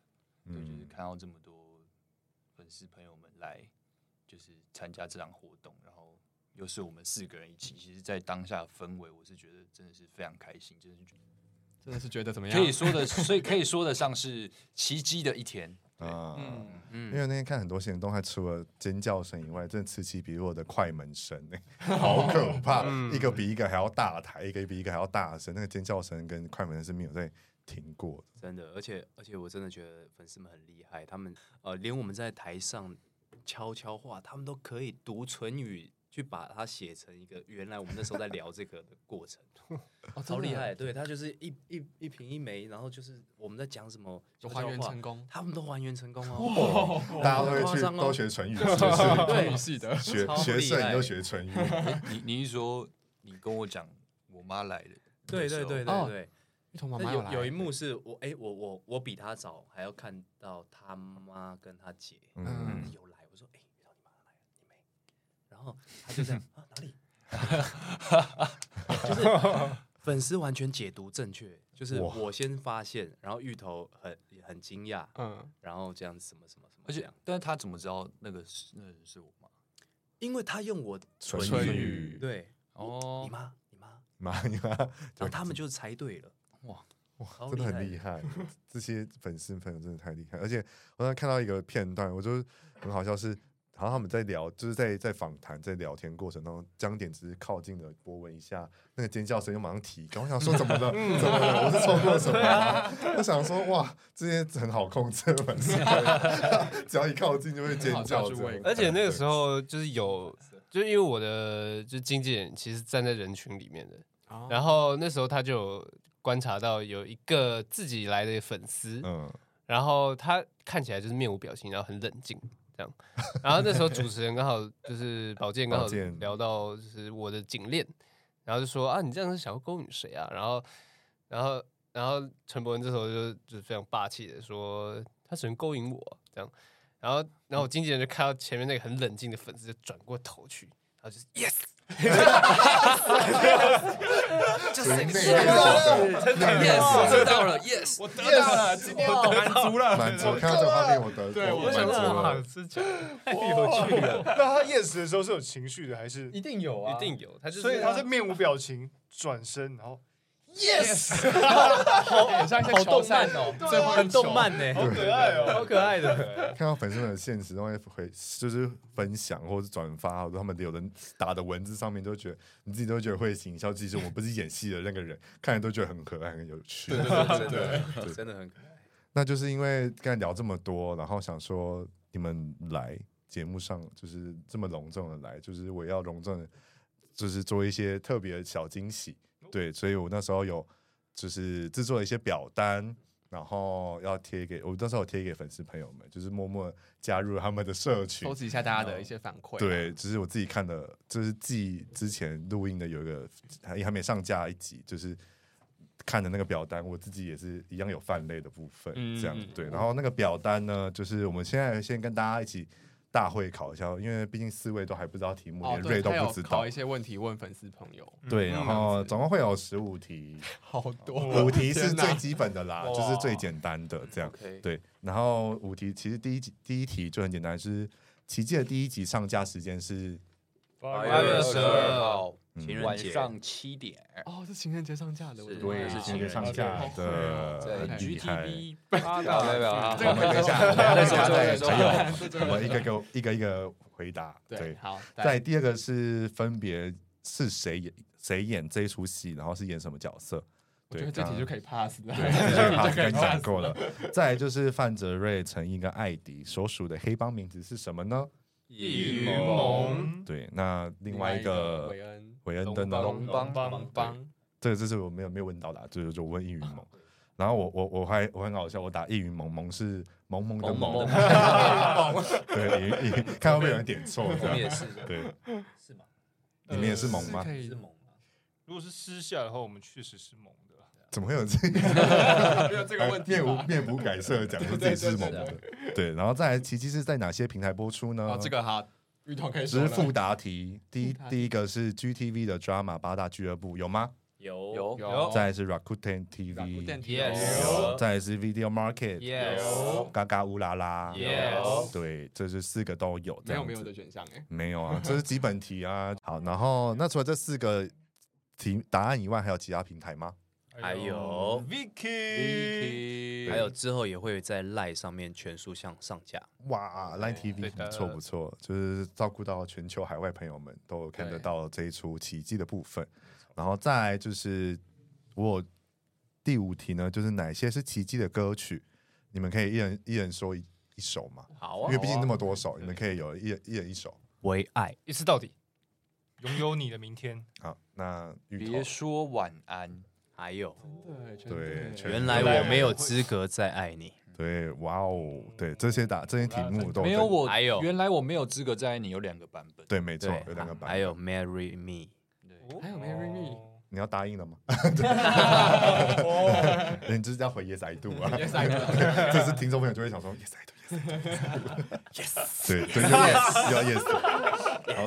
对，就是嗯，看到这么多粉丝朋友们来，就是参加这场活动，然后又是我们四个人一起，其实，在当下的氛围，我是觉得真的是非常开心，真的是觉得真的是觉得怎么样？可以说的，所以可以说得上是奇迹的一天。啊。嗯，因为那天看很多行动，还除了尖叫声以外，真的此起彼落的快门声、欸，好可怕！一个比一个还要大台，一个比一个还要大声。那个尖叫声跟快门声是没有在停过的。真的，而且而且我真的觉得粉丝们很厉害，他们呃，连我们在台上悄悄话，他们都可以读唇语去把它写成一个原来我们那时候在聊这个的过 <laughs> 程，哦超厉，害。真的对，他就是一一一瓶一枚，然后就是我们在讲什么有悄还悄原话成功他们都还原成功哦。哦，大家都会夸去张哦都学唇语，对对语系的，学超学厉摄影都害学唇语，嗯诶你你一说，你跟我讲我妈来了，对对对对哦对，芋头妈妈那又有来有一幕是我哎、我我我比他早还要看到他妈跟他姐，嗯，嗯有来，我说哎，遇到你妈来了，你没？然后他就这样啊，哪里？ <laughs> 就是粉丝完全解读正确，就是哇我先发现，然后芋头很也很惊讶，嗯，然后这样什么什么什么而这且样，但是她怎么知道那个是那人是我妈？因为他用我唇唇语，对哦你，妈你妈， <laughs> 妈你妈，然后他们就猜对了，哇哇，超真的很害厉害，这些粉丝朋友真的太厉害。而且我刚才看到一个片段，我就很好笑是，然后他们在聊，就是在在访谈、在聊天过程当中，江点只是靠近了博文一下，那个尖叫声又马上提高。我想说怎么了？怎么了？我是错过了什么吗？我想说哇，这些很好控制，蛮帅的只要一靠近就会尖叫这很好抓住位样。置而且那个时候就是有，就是因为我的就是经纪人其实站在人群里面的，然后那时候他就有观察到有一个自己来的粉丝，嗯，然后他看起来就是面无表情，然后很冷静这样。然后那时候主持人刚好就是宝剑刚好宝剑聊到就是我的颈链，然后就说啊你这样是想要勾引谁啊？然后然后然后陈伯文这时候就就非常霸气的说他只能勾引我这样。然后然后我经纪人就看到前面那个很冷静的粉丝就转过头去，然后就是 yes。属于内敛的真的 yes，我知道了，yes， <laughs> 我得到了，今天我满足了，满足， <laughs> 看到这个画面我得，对我满足了。是假那他厌食的时候是有情绪的，还是？一定有啊，一定有，他就是所以他是面无表情转身，然后 yes，很像一些好球动赛漫哦，最后很动漫呢，好可爱哦。好可爱的，看到粉丝们的现实，都会回就是分享或者转发，或者他们有的打的文字上面，都会觉得你自己都会觉得会行销技术，我不是演戏的那个人，看着都觉得很可爱、很有趣。真的真的很可爱。那就是因为刚才聊这么多，然后想说你们来节目上就是这么隆重的来，就是我也要隆重的，就是做一些特别的小惊喜。对，所以我那时候有就是制作了一些表单，然后要贴给我那时候有贴给粉丝朋友们，就是默默加入他们的社群收，集一下大家的一些反馈。对，只是我自己看的，就是记之前录音的有一个还还没上架一集，就是看的那个表单，我自己也是一样有泛类的部分，这样嗯对。然后那个表单呢，就是我们现在先跟大家一起大会考一下，因为毕竟四位都还不知道题目，哦，连对，瑞都他不有知道考一。些问题问粉丝朋友，对，然后嗯总共会有十 <laughs> 五题，好多五题是天哪最基本的啦，就是最简单的这样。 OK，对，然后五题其实第一集第一题就很简单，是《奇迹》的第一集上架时间是哎八月12号嗯情人晚节上七点，哦，是情人节上架的，我的对妈是呀情人节上架好会的哦，在很厉害。 GTV 八大没有没有啊我们等一下，等一下再这个还有，这个我们一个个一个一个回答。对，对，好，在第二个是分别是谁演谁演这一出戏，然后是演什么角色。我觉得这题就可以 pass 了，对， <laughs> <laughs> 这个 pass 跟你讲过了。再来就是范泽瑞、陈毅跟艾迪所属的黑帮名字是什么呢？一羽盟对，那另外一另个韦恩韦恩登的龙帮帮帮，这个这是我没有没有问到的啊，就是就我问 <laughs> 易云萌，然后我我我还我很搞笑，我打易云萌萌是萌萌的萌， <laughs> 萌对，易云 <laughs> 易云看会不会有人点错这我们也样，是，对，是吗？你们也是萌呃是吗？可以是，萌啊，如果是私下的话，我们确实是萌的啦。怎么会 <laughs> 有这个没有这个问题面吧。无面无改色地讲说自己是萌的？对，然后再来，奇迹是在哪些平台播出呢哦，？这个哈，芋头可以只说是了。复答题，第一复答题第一个是 GTV 的 Drama 八大俱乐部有吗？有有再来是 Rakuten 电 TV，梯 Yes 有再来是 Video Market， yes 嘎嘎乌拉拉， yes，对，这是四个都有，没这有样没有子的选项哎，没有啊，这 <laughs> 是基本题啊。好，然后那除了这四个题答案以外，还有其他平台吗？还有 <laughs> Vicky，还有之后也会在 Line 上面全数向上架。哇，Line TV 对的不错不错，就是照顾到全球海外朋友们都有看得到这一出奇迹的部分。然后再来就是我有第五题呢，就是哪些是奇迹的歌曲？你们可以一人一人说一一首嘛，哦好啊因为毕竟那么多首，你们可以有一人一人一首。为爱， <laughs> 一次到底。拥有你的明天，好，那芋头别说晚安，还有对对全原来我没有资格再爱你，对，哇哦，对这些答这些题目都没有我，还有原来我没有资格再爱你，有两个版本，对，没错对，啊有两个版本。还有 Marry Me，哦还有 Marry Me，你要答应 <laughs> 了吗？你就是要回哦 Yes I do 啊 Yes I do <laughs> 这是听众朋友就会想说 Yes I do Yes I do Yes，对对，就 Yes 要 Yes，好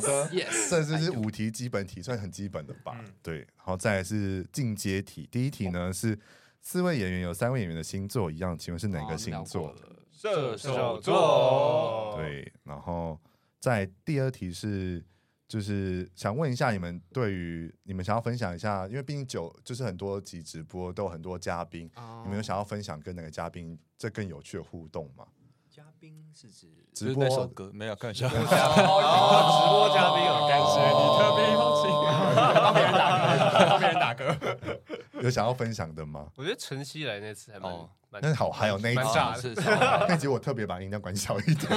的 Yes，这嗯就是五题基本题，算很基本的吧？对，然后再来是进阶题，第一题呢是四位演员有三位演员的星座一样，请哦问是哪个星座？射手座，对，然后在第二题是，就是想问一下你们对于你们想要分享一下，因为毕竟九就是很多集直播都有很多嘉宾，哦你们有想要分享跟哪个嘉宾这更有趣的互动吗？宾是指就是直播那首歌没有开玩笑，哦直播嘉宾啊，感谢你特帮别邀请。别人打歌，帮别人打歌。有想要分享的吗？我觉得晨曦来那次还蛮哦蛮那好，还有那一集蛮，炸的 <laughs> 是 <laughs> 那集我特别把音量关小 <laughs> 一点，太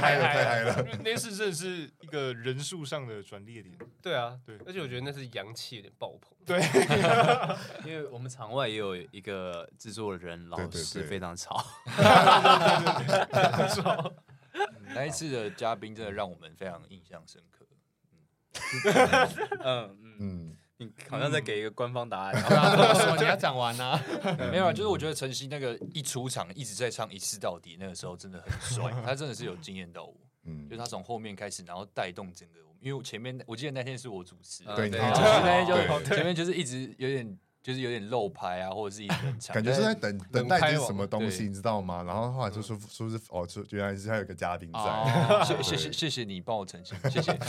嗨了，太嗨了。因为那次真的是一个人数上的转捩点。对啊，对对，而且我觉得那是阳气有点爆棚。因为我们场外也有一个制作人老对对师对非常吵，那一次的嘉宾真的让我们非常印象深刻。嗯嗯，嗯，你好像在给一个官方答对案。啊这么说你要讲完啊， <laughs> 嗯没有，啊，就是我觉得晨曦那个一出场一直在唱一次到底，那个时候真的很帅， <laughs> 他真的是有惊艳到我。嗯就是他从后面开始，然后带动整个，因为我前面我记得那天是我主持，嗯对，你对可以然继后续那天就对 <laughs> 前面就是一直有点就是有点漏拍啊，或者是一直很长，感觉是但 <laughs> 在等等待一些什么东对嗯西，你知道吗？然后后来就说说是哦，就原来是还有个嘉宾在，哦谢谢谢谢谢你帮我澄清，谢谢 <laughs> 就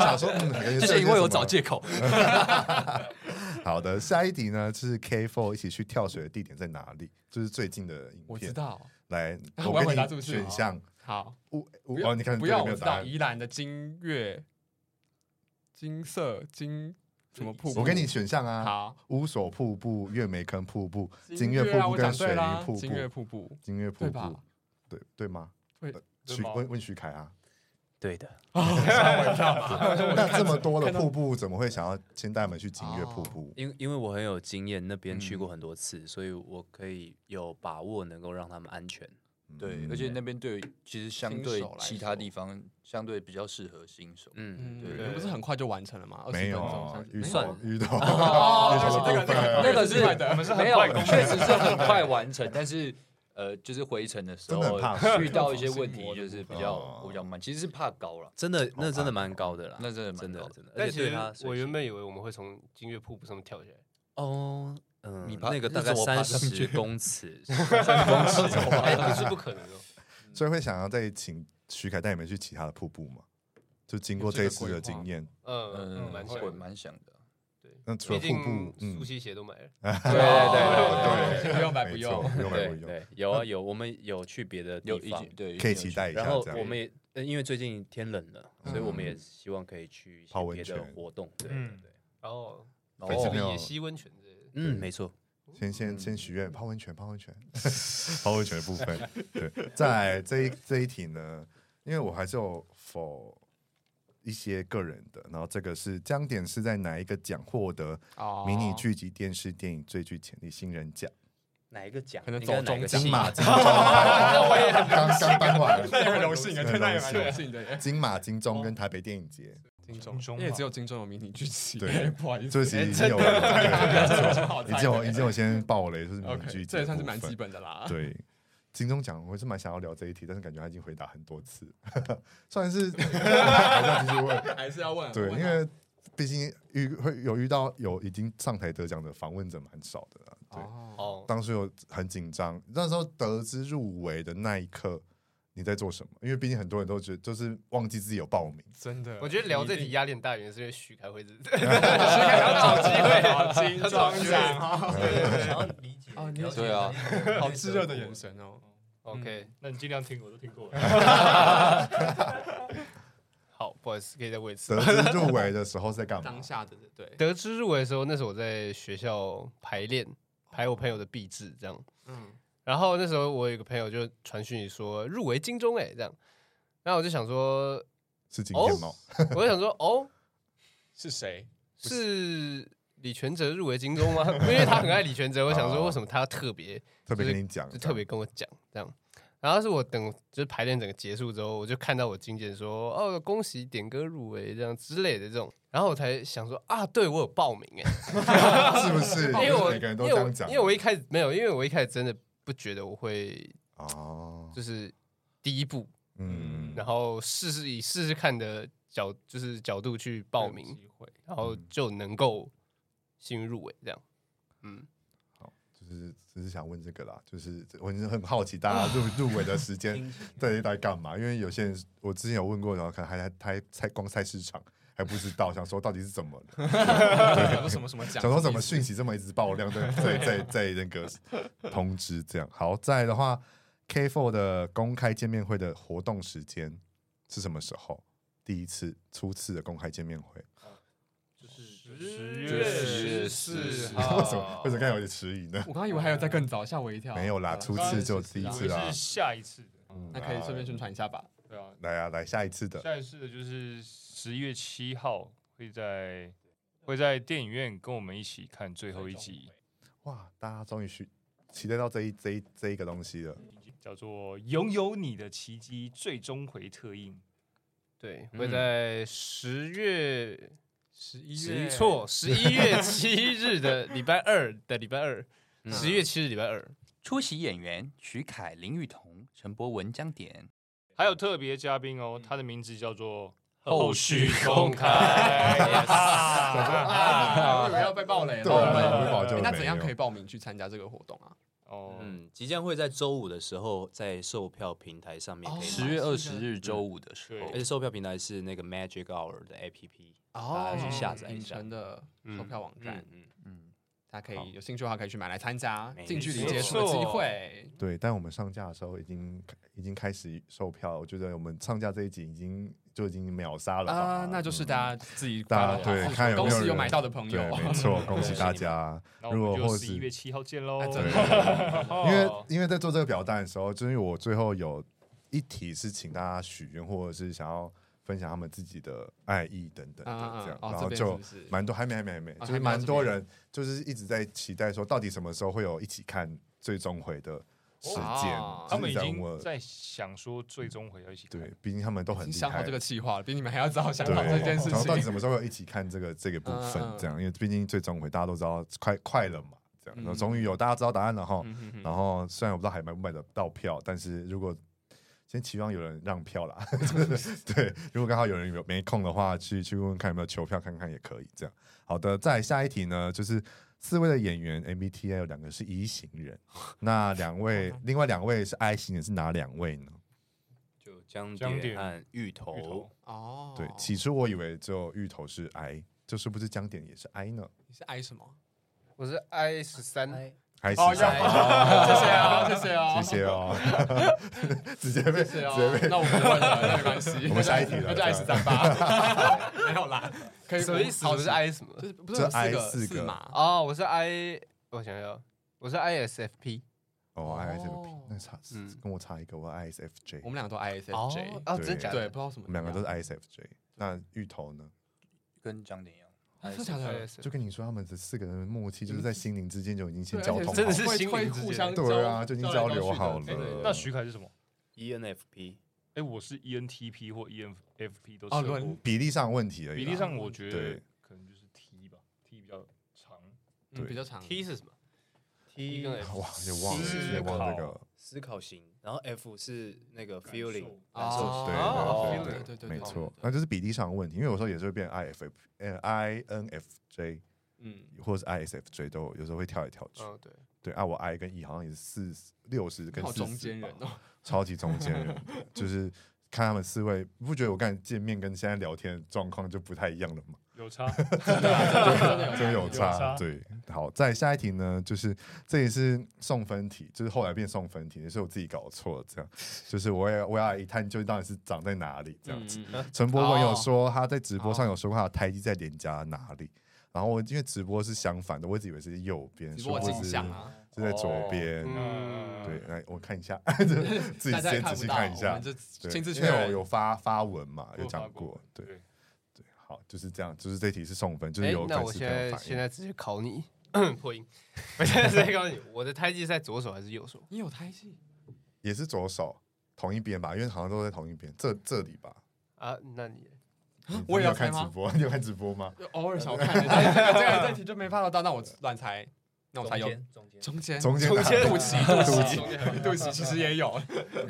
想说，嗯，感 <laughs> 谢觉是有谢些你为我什么找借口。 <laughs> 好的，下一题呢是 K Four 一起去跳水的地点在哪里？就是最近的影我知片。道。 <laughs> 来，我要我回给答是不你是选项。好，我不我要哦，你看不要这里我没有知答道案。宜兰的金月、金色、金什么瀑布？我给你选项啊，好，乌索瀑布、月眉坑瀑布、金月月啊瀑布我讲跟对水啦泥瀑金月瀑布。布， <laughs> 金月瀑对布吧，对对吗？对呃对徐吗问问徐凯啊， <laughs> 对的，那这么多的瀑布，怎么会想要先带我们去金月瀑布？因因为我很有经验，那边去嗯过很多次，所以我可以有把握能够让他们安全。 <laughs> 哦对，嗯而且那边对其实相新对手来其他说地方相对比较适合新手。嗯，嗯，对你们不是很快就完成了吗？20没有分钟啊30遇没有到啊遇到哦遇到对的不起这部分，嗯那个是我们是很没快有攻，确实是很快完成，但是呃，就是回程的时真的很候怕遇到一些问题，就是比哦较比较慢，其实是怕高了，真的，那真的蛮高的啦，那真的蛮真的高的真的。但而其且对实他水性，我原本以为我们会从金月瀑布上面跳下来，哦，嗯，你爬那个大概你怎么爬三上去十公 <laughs> 尺，三公尺，哎，不是不可能哦。所以会想要再请徐凯带你们去其他的瀑布吗？就经过这一次的经验，嗯嗯，，蛮蛮像想的，蛮想的。那除毕了瀑布竟，嗯素，吸鞋都买了，对对对不用买，不没用错，。不用买，对不用，对，有啊有，我们有去别的 <laughs> 有地已方经，对，可以已经期有去待一下然后这样嗯我们也呃因为最近天冷了，所以我们也希望可以去一些泡温别的泉活动，对对嗯对，然后粉丝哦朋友野溪温泉之类的。嗯，没错，先先先许愿，泡温泉，泡温泉，泡温泉的部分。对，在这一这一题呢，因为我还是有否一些个人的，然后这个是江点是在哪一个奖获得哦迷你剧集电视电影最具潜力新人奖？哪一个奖？可能应该走哪一中个间奖金马金钟，我也刚刚颁完，那也很荣幸啊， <laughs> 很对，那也荣蛮幸荣幸的耶。金马金钟哦跟台北电影节，金金钟因为嘛只有金钟有迷你剧集，对 <laughs> 不好意思哎这，其实已经有了， <laughs> 对已经有已经有先爆雷，就是迷你 OK，剧集，这也算是蛮基。本的啦。对，金钟奖我是蛮想要聊这一题，但是感觉他已经回答很多次， <laughs> 算 <laughs> 是还在继续问。还是要问啊，对，问啊因为毕竟遇会有遇到有已经上台得奖的访问者蛮少的啦。对，哦，哦，当时有很紧张，那时候得知入围的那一刻。你在做什么？因为毕竟很多人都觉得，就是忘记自己有报名。真的，我觉得聊这啊题一压力很大，原因是因为许开会是 <laughs> 要找机会，金找机钟会奖啊哦，你对啊，好炙热的眼神哦。 OK。嗯那你尽量听，我都听过了。 <laughs> 好，不好意思，可以再问一次得。知入围的时候是在干嘛当？下的对，得知入围的时候，那时候我在学校排练，排我朋友的壁纸这样。嗯，然后那时候我有一个朋友就传讯息说入围金钟哎、这样，然后我就 <laughs> 想说，是哦今天吗？我就想说哦，是谁？是李全哲入围金钟吗？因为他很爱李 <laughs> 全哲，我想哦说为什么他要特别特别跟你讲，就特别跟我讲这样。然后是我等就是排练整个结束之后，我就看到我经纪人说哦恭喜点歌入围这样之类的这种，然后我才想说啊，对我有报名哎、 <laughs> 是不是？ <laughs> 因为 <laughs> 我每个人都因这为我样讲，因为我一开始没有，因为我一开始真的不觉得我会哦，就是第一步，嗯，然后试试以试试看的角就是角度去报名，机会，然后就能够幸运入围这样。嗯，就是只是想问这个啦，就是我是很好奇大家 <laughs> 入入围的时间到底在干嘛？因为有些人我之前有问过，然后可能还还菜光菜市场还不知道，想说到底是怎么了， <laughs> 想嗯说什么什么奖，想说怎么 <laughs> 讯息这么一直爆量，在在在在那个通知这样。好，再来的话 K4 的公开见面会的活动时间是什么时候？第一次初次的公开见面会，十月14为什么为什么刚才有点迟疑呢？我刚刚以为还有再更早，吓我一跳。啊没有啦，初次就第一次以啦为是。下一次的，嗯那可以顺便宣传一下 <laughs> 吧。对啊，来啊，来下一次的，下一次的就是十一月七号会在会在电影院跟我们一起看最后一集，哇，大家终于去期待到这一这一这一个东西了。嗯叫做《拥有你的奇迹》最终回特映。 <laughs> 对，会在十月十一嗯十一错十一月七日的礼拜二的礼拜二，十一月七日礼拜二，出席演员徐凯、林玉彤、陈博文、江典。还有特别嘉宾哦，他的名字叫做后续 <laughs> 嗯公开 <laughs> 啊啊，我以为要被爆雷了。对啊被爆就诶那没怎样有可以报名去参加这个活动啊？哦，嗯，即将会在周五的时候在售票平台上面可以买。哦十月二十日周五的时候而，且售票平台是那个 Magic Hour 的 APP，大哦家去下载一影下。城的售票网站，嗯嗯，大家可以有兴趣的话可以去买来参加，没近距离错接触的机会。对，但我们上架的时候已经已经开始售票，我觉得我们上架这一集已经就已经秒杀了吧嗯啊，那就是大家自己把大家对看有没公有司有人买到的朋友嗯 <laughs> 对，，没错，恭喜大家。那如我果们就或十一是月七号见喽哎。真的因为 <laughs> 因为在做这个表单的时候，就是因为我最后有一题是请大家许愿，或者是想要分享他们自己的爱意等等的啊啊这样，哦这然后边是就不是蛮多还没还没还没，啊还就是没有蛮这多边人就是一直在期待说，到底什么时候会有一起看最终回的时间哦？就是他们已在经问我在想说最终回要一起看对，，毕竟他们都已很经厉想好害这。个计划了，比你们还要早想对，好这件事然后到底情。什么时候有一起看这个这个部分嗯嗯？这样，因为毕竟最终回大家都知道快快了嘛，这样，然后终嗯于有大家知道答案了哈。然后虽然我不知道还买不买得到票，但是如果先期望有人让票 <laughs> 啦，就是对，如果刚好有人有没空的话，去去问问看有没有求票，看看也可以。这样，好的，再来下一题呢，就是四位的演员 MBTI 有两个是 E 型人，那两 <laughs> 位另外两位是 I 型人，是哪两位呢？就江江点点和芋芋头头，哦，对，起初我以为只有芋头是 I，就是不是江点也是 I 呢？你是 I 什么？我是 I 十三，还是哦 I 谢谢啊，谢谢啊，谢谢哦， <laughs> 直接被谢直谢接哦。被那我不问了，那没关系。我们下一题了那就 I 十三吧。没有啦，可以。什哎么意思？好我是 I 什么？就是不是有这 I 个四个四嘛？哦，我是 I，我想要，我是 ISFP。哦哦 ISFP，那差跟我差一个，我 ISFJ，嗯我们两个都 ISFJ，哦，哦，对真假对，的不？知道什么。我们两个都是 ISFJ。那芋头呢？跟江哦典一样。真的假的？ ISFP 就跟你说，他们这四个人的默契就是在心灵之间就已经先嗯对交通好而了，且真的是会心会灵之互间相对交啊就已经交交来流去的好对对了对那徐凯是什么？，E ENFP，哎，我是 ENTP 或 E ENFP 都哦是轮比例上的问题而已比啦。例上，我觉得啊对可能就是 T 吧，T 比较长。嗯比较长。 T 是什么？T 跟 F 哇，也忘了，思也忘了这个考。思考型，然后 F 是那个 feeling，感受型哦，对对对对对，没错，那就是比例上的问题，因为有时候也是会变 IFF、INFJ 嗯，哦或者是 ISFJ 都有有时候会跳来跳去。嗯，对，对啊，我 I 跟 E 好像也是四六十跟好四中间人哦，超级中间人，就是看他们四位，你不觉得我刚才见面跟现在聊天的状况就不太一样了吗？有差，真有有差差，对。好，再下一题呢，就是这也是送分题，就是后来变送分题，也是我自己搞错，这样，就是我也我要一探究到底是长在哪里这样子。嗯陈博文有说他在直播上有说过他的胎记在脸颊哪里，然后我因为直播是相反的，我一直以为是右边，直殊播不镜知像啊，哦是在左边。嗯，对，来我看 <laughs> 一下，自己大家也先看仔不细到，看一我下们。就对亲自因确为我认。有发发文嘛，有我有讲发过过， <laughs> <laughs> 对对对，好，就是这样，就是这题是送分，就是哎有那粉我丝现朋友在反现映，在直接考你 <clears throat> 破 <laughs> 音，我现在直接告诉你，我的胎记是在左手还是右手？你有胎记，也是左手同一边吧，因为好像都在同一边，这这里吧。啊，那你你啊我也你要有看开吗直播，啊 <laughs> 你有看直播吗？就偶尔小看一下。 <laughs> 这个这个这题就没办法到，那我乱猜，那我猜有中间中间中间的肚脐肚脐 <laughs> 肚脐其实也有，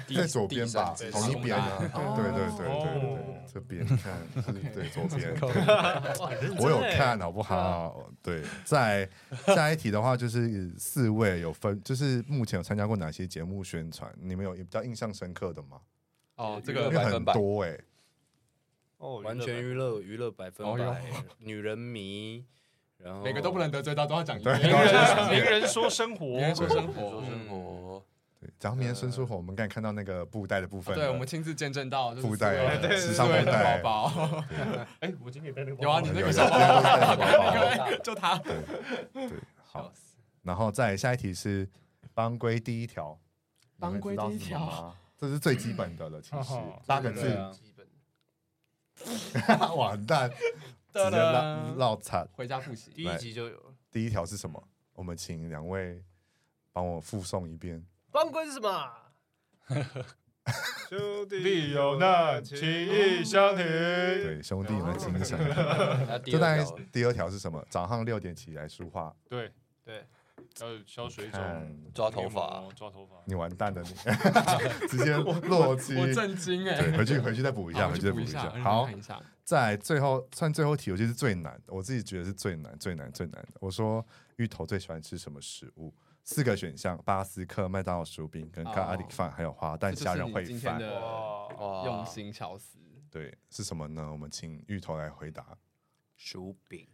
<laughs> 在左边吧，同一边啊，对对对对对哦对，这边你看是对左边，对 <laughs> 我有看好不好？对，在下一题的话就是四位有分，就是目前有参加过哪些节目宣传？你们有比较印象深刻的吗？哦，这因个为很多哎，哦，完全娱乐娱乐百分哦百，女人迷，然后每啊个都不能得罪到，都要讲一遍。名人名人说生活别人，说生说活，生活，对，讲到明天孙书红，我们刚才看到那个布袋的部分了，啊对，我们亲自见证到，就是布袋所有人对对所啊时尚有人布袋的包包，哎，我今天也带那个包包。有啊，你那有个有小包有包，有那个就它，对，好，然后再来下一题是帮规第一条，你们帮规知道第一是什么条吗，这是最基本的了，其实八八个对字，啊基本完蛋，直接绕绕惨。回家复习。第一集就有了。第一条是什么？我们请两位帮我复诵一遍。帮规是什么？啊兄弟有难，情义相挺。对，兄弟们精神。那第就二大概条第二条是什么？早上六点起来梳化，对对，要有消水看肿，抓头发面膜，抓头发。你完蛋了，你直接落期。我震惊哎、对，回去回去再补一一下，回去再补补一下，下让。你好看，一下，在最后算最后题，我觉得是最难的，我自己觉得是最难、最难、最难的。我说芋头最喜欢吃什么食物？四个选项：巴斯克、麦当劳薯饼、跟咖喱饭，还有花这旦就虾是仁你烩今天饭。的哇用心巧思。对，是什么呢？我们请芋头来回答。薯饼，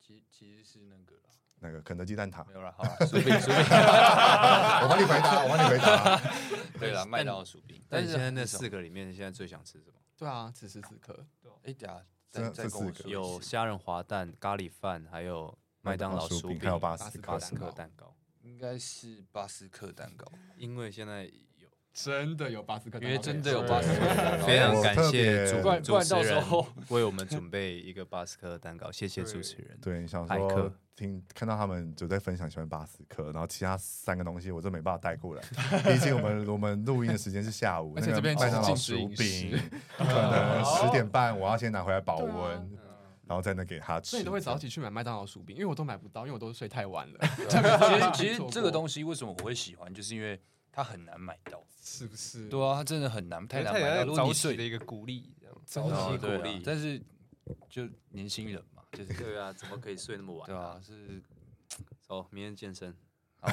其其实是那个啦那个肯德基蛋 <laughs> 挞，没有了，好了，薯饼薯饼，我帮你回答，我帮你回答。对了，麦当劳薯饼。但但你是现在那很少四个里面，你现在最想吃什么？对啊，此时此刻，哎，等下这再再这跟我四个说一有次虾仁滑蛋、咖喱饭，还有 <laughs> 麦当劳薯饼，还有巴巴斯斯克克巴蛋斯克糕蛋糕。应该是巴斯克蛋糕，因为现在有，真的有巴斯克蛋糕，因为真的有对巴斯克蛋糕，非常我感特别谢主不然主持人为我们准备一个巴斯克蛋糕，谢谢对主持人。对，想骇说客听看到他们就在分享喜欢巴斯克，然后其他三个东西我真没办法带过来，毕竟我们我们录音的时间是下 <laughs> 午，而且那个这边麦当劳禁薯止饮饼 <laughs> 食可能十点半我要先拿回来保温，然后再能给他吃。所以你都会早起去买麦当劳薯饼，因为我都买不到，因为我都睡太晚了。 <laughs> 其实其实这个东西为什么我会喜欢，就是因为它很难买到。是不是？对啊，它真的很难，太难买到。在如果早你起的睡一个鼓励，这样真对的哦啊是对啊鼓励但是就年轻人嘛，就是对 <laughs> 啊，怎么可以睡那么晚？对啊，是走，明天健身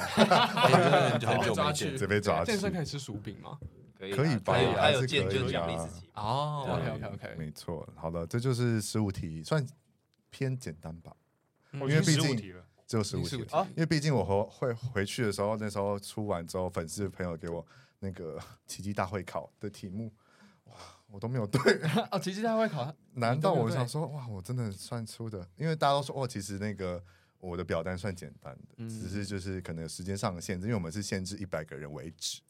哎真的很久很被久抓没去见。准备抓去健。身可以吃薯饼吗？可以啊，可以吧还有还还有是健可以就啊奖励自己。哦对，OK OK OK，没错，好了，这就是十五题，算偏简单吧，我因为毕哦十五竟题了，只有十五15题题。因为毕竟我和会回去的时候，那时候出完之后，粉丝朋友给我那个 <laughs> 奇迹大会考的题目，哇，我都没有对。 <laughs> 哦，奇迹大会考，难你道都没有我对想说，哇，我真的算出的？因为大家都说，哦，其实那个我的表单算简单的，只嗯是就是可能有时间上的限制，因为我们是限制一百个人为止。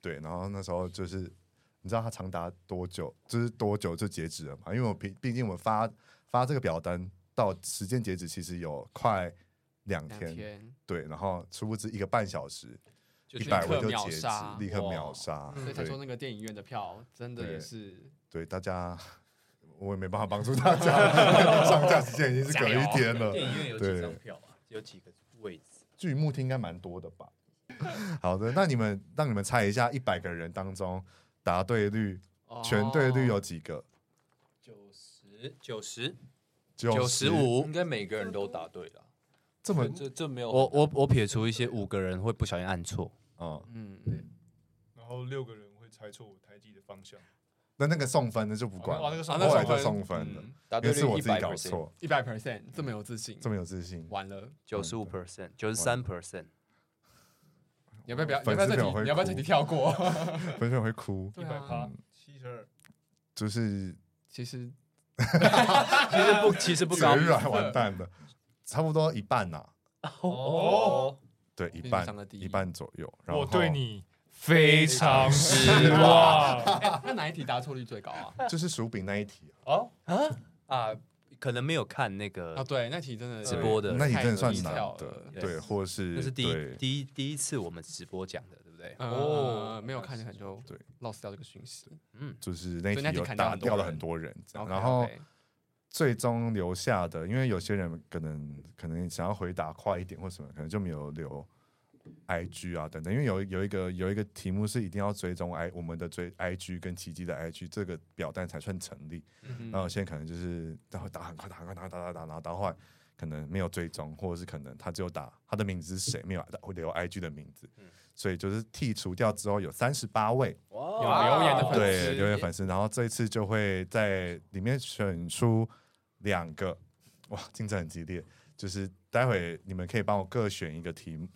对，然后那时候就是，你知道它长达多久？就是多久就截止了嘛？因为我毕毕竟我发发这个表单到时间截止，其实有快两两天。天，对，然后殊不知一个半小时，就一是百立位刻就秒截止杀，，立刻哇秒。杀。所以才对说那个电影院的票真的对也是对大家，我也没办法帮助大家， <laughs> 上架时间已经是隔一天了。电影院有对几张票啊？有几个位置？剧目厅应该蛮多的吧？ <laughs> 好的，那你们让你们猜一下，一百个人当中答对率、哦全对率有几个？九十九十九十五应该每个人都答对了。这么这这没有我我我撇除一些五个人会不小心按错，嗯，嗯，然后六个人会猜错我胎记的方向。那那个送分的就不管哦那了，个送分后来就送分了，答因对为是我率一自己百搞嗯错，一百 percent 这么有自信，这么有自信。完了，九十五嗯 percent，九十三 percent。你要不要不要？你粉要不要这丝朋友题？会你要不要这哭题跳过？ <laughs> 粉粉会哭，嗯对啊，七十二，就是其实其实 <laughs> 不，其实不嘴高。软完蛋了，差不多一半呐，哦，对，一非半常的低一半左右。然后我对你非常失哎 <laughs> 望。那哪一题答错率最高啊？ <laughs> 就是薯饼那一题啊，啊，可能没有看那啊，个对，那题真的直播的，那你真的算太难难的了，对对，或是那是第对一第一第一次我们直播讲的，对不对？哦，没有看见很就对 lost 掉这个讯息。嗯，就是那一所以那题题有砍掉打很掉多了人很多人这样， OK，然后 OK 最终留下的，因为有些人可能可能想要回答快一点或什么，可能就没有留 I G 啊等等，因为有有一个有一个题目是一定要追踪 I 我们的追 I G 跟奇迹的 I G 这个表单才算成立，嗯然后有些人可能就是然后打很快打很快打打打打打打后来可能没有追踪，或者是可能他只有打他的名字是谁，没有留 I G 的名字，所以就是剔除掉之后有三十八位。有留言的粉丝哦对，留言粉丝，然后这一次就会在里面选出两个，哇，竞争很激烈。就是待会你们可以帮我各选一个题目，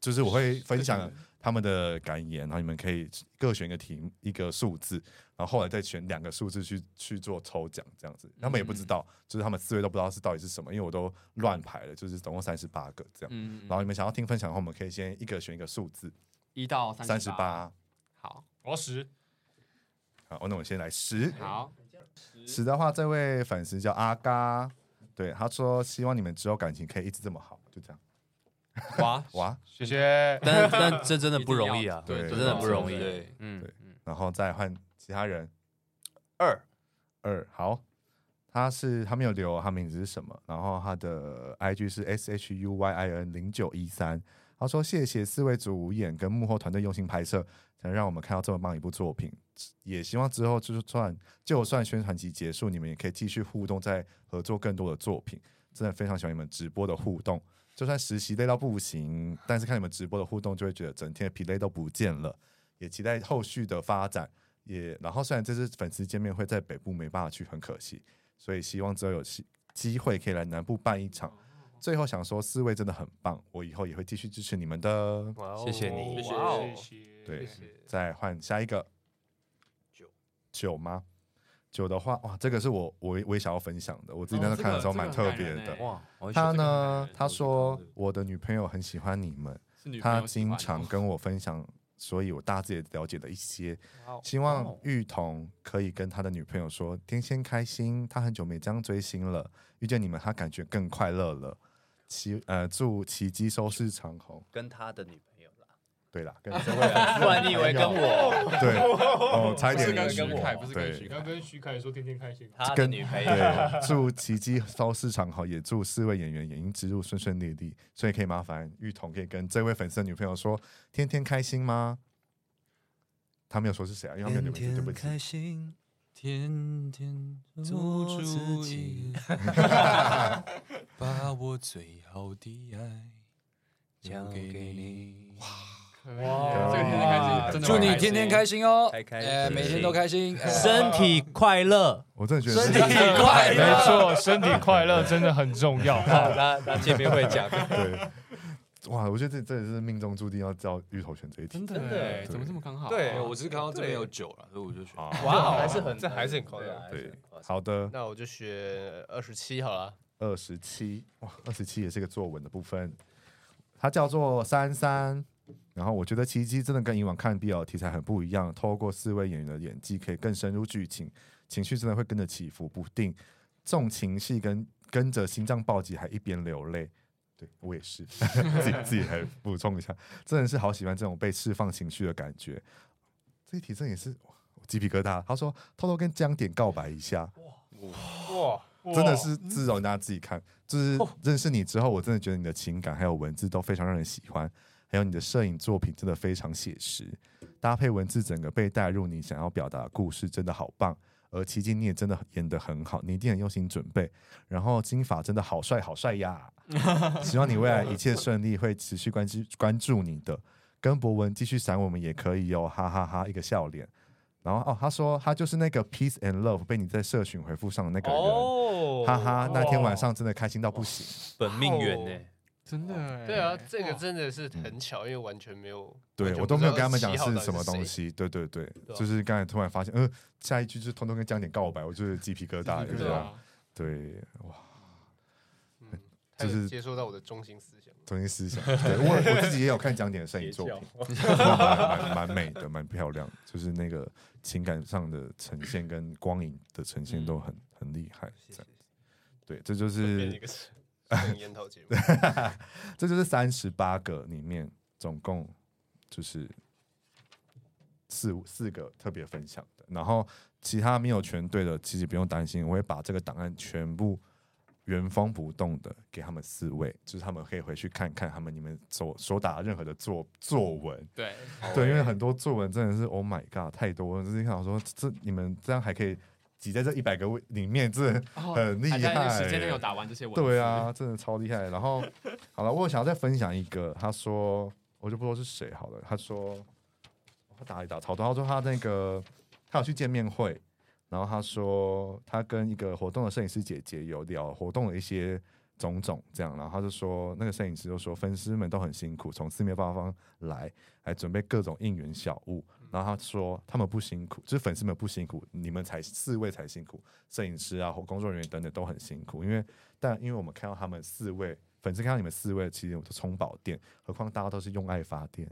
就是我会分享他们的感言，然后你们可以各选一个题目一个数字，然后后来再选两个数字去去做抽奖，这样子。他们也不知嗯道，就是他们思维都不知道是到底是什么，因为我都乱排了，就是总共三十八个这样。嗯，然后你们想要听分享的话，我们可以先一个选一个数字，一到三三十，十八。好，我要十，好，那我先来十。好，十的话，这位粉丝叫阿嘎，对他说希望你们之后感情可以一直这么好，就这样。 <laughs> 哇，哇，谢谢。 <laughs> 但但这真的一不定容要易啊，对对这真的对不容易。对嗯对，然后再换其他人。二二好，他是他没有留他名字是什么，然后他的 IG 是 S H U Y I N 零九一三。他说：“谢谢四位主演跟幕后团队用心拍摄，才能让我们看到这么棒一部作品。也希望之后就是算就算宣传期结束，你们也可以继续互动，再合作更多的作品。真的非常喜欢你们直播的互动，就算实习累到不行，但是看你们直播的互动，就会觉得整天的疲累都不见了。也期待后续的发展。也然后虽然这次粉丝见面会在北部没办法去，很可惜，所以希望之后有机机会可以来南部办一场。最后想说，四位真的很棒，我以后也会继续支持你们的。哇哦谢谢你哇哦谢对，再换下一个九九吗？九的话，哇，这个是我我我也想要分享的，我自己哦在那看的时候蛮特别的。哇，哇，我他这个欸很欸感呢人，他说我的女朋友很喜欢你们，是女朋他友喜欢经哦常跟我分享，所以我大致也了解了一些。哇哦希望玉彤可以跟他的女朋友说，天仙开心，他很久没这样追星了，遇见你们，他感觉更快乐了。奇呃，祝奇迹收视长虹。跟他的女朋友啦，对啦， <laughs> 跟这位粉丝不然你以为跟我？对，哦，差一不是点跟徐徐凯，啊不是跟对徐你凯刚，跟徐凯说天天开心啊，他的 <laughs> 跟女朋友，对，祝奇迹收市场好，也祝四位演员演艺之路顺顺利利。所以可以麻烦玉彤可以跟这位粉丝的女朋友说，天天开心吗？他没有说是谁啊，因为他没有留名字，对不起。心，天天做自己，把我最好的爱交给你，啊哦这个天天开心，真的祝蛮你开天天心开心哦，开开呃，心每天都开心，呃身体快乐。我真的觉得是快没错，身体快乐真的很重 <laughs> 要。好，那那见面会讲，对。哇，我觉得这真的是命中注定要叫芋头选这一题。真的哎，怎么这么刚好？对，我只是看到这边有酒了，所以我就选。哇哦，还是很这还是很哦夸张。对，好的， <laughs> 那我就选二十七好了。二十七，哇，二十七也是个作文的部分，它叫做三三。然后我觉得《奇迹》真的跟以往看 BL 题材很不一样，透过四位演员的演技，可以更深入剧情，情绪真的会跟着起伏不定，重情戏跟跟着心脏暴击，还一边流泪。对我也是， <laughs> 自己自己还补充一下，真的是好喜欢这种被释放情绪的感觉。这一题真的也是哇我鸡皮疙瘩。他说偷偷跟江点告白一下，哇，嗯哦真的是至少大家自己看，就是认识你之后，我真的觉得你的情感还有文字都非常让人喜欢，还有你的摄影作品真的非常写实，搭配文字整个被带入你想要表达的故事，真的好棒。而奇迹你也真的演得很好，你一定很用心准备。然后金发真的好帅，好帅 <laughs> 呀！希望你未来一切顺利，会持续关注关注你的。跟博文继续闪我们也可以哦，哈哈哈一个笑脸。然后哦，他说他就是那个 peace and love 被你在社群回复上的那个人。哦哈哈，那天晚上真的开心到不行。本命缘呢、真的哎，对啊，这个真的是很巧，因为完全没有，嗯对完全我不都知没有道跟他们讲7号是到底什么谁东。西，对对对，对啊就是刚才突然发现，嗯、下一句就是通通跟江点告白，我就是鸡皮疙瘩，对对吧？啊，对，哇，嗯，他就是有接收到我的中心思想。中心 <laughs> 思想，对我我自己也有看江点的摄影作品， <laughs> 蛮蛮蛮美的，蛮漂亮的，就是那个情感上的呈现跟光影的呈嗯现都很很厉害，这样。对，这就变一 <laughs> 是个送烟头节目。 <laughs> 这就是三十八个里面总共就是四四个特别分享的，然后其他没有全对的，其实不用担心，我会把这个档案全部原封不动的给他们四位，就是他们可以回去看看他们你们所所打的任何的作作文，对，对，因为很多作文真的是 Oh my God，太多了，就是想说这这你们这样还可以挤在这一百个位里面，真的很厉大家害、哦欸在时间内有打完这些文，对，啊，真的超厉害。然 <laughs> 后，好了，我有想要再分享一个，他说，我就不说是谁好了。他说，他打一打草多，他说他那个他有去见面会，然后他说他跟一个活动的摄影师姐姐有聊活动的一些种种这样，然后他就说，那个摄影师就说，粉丝们都很辛苦，从四面八方来，还准备各种应援小物。然后他说，他们不辛苦，就是粉丝们不辛苦，你们才四位才辛苦，摄影师啊、或工作人员等等都很辛苦。因为，但因为我们看到他们四位粉丝看到你们四位，其实我都充饱电，何况大家都是用爱发电。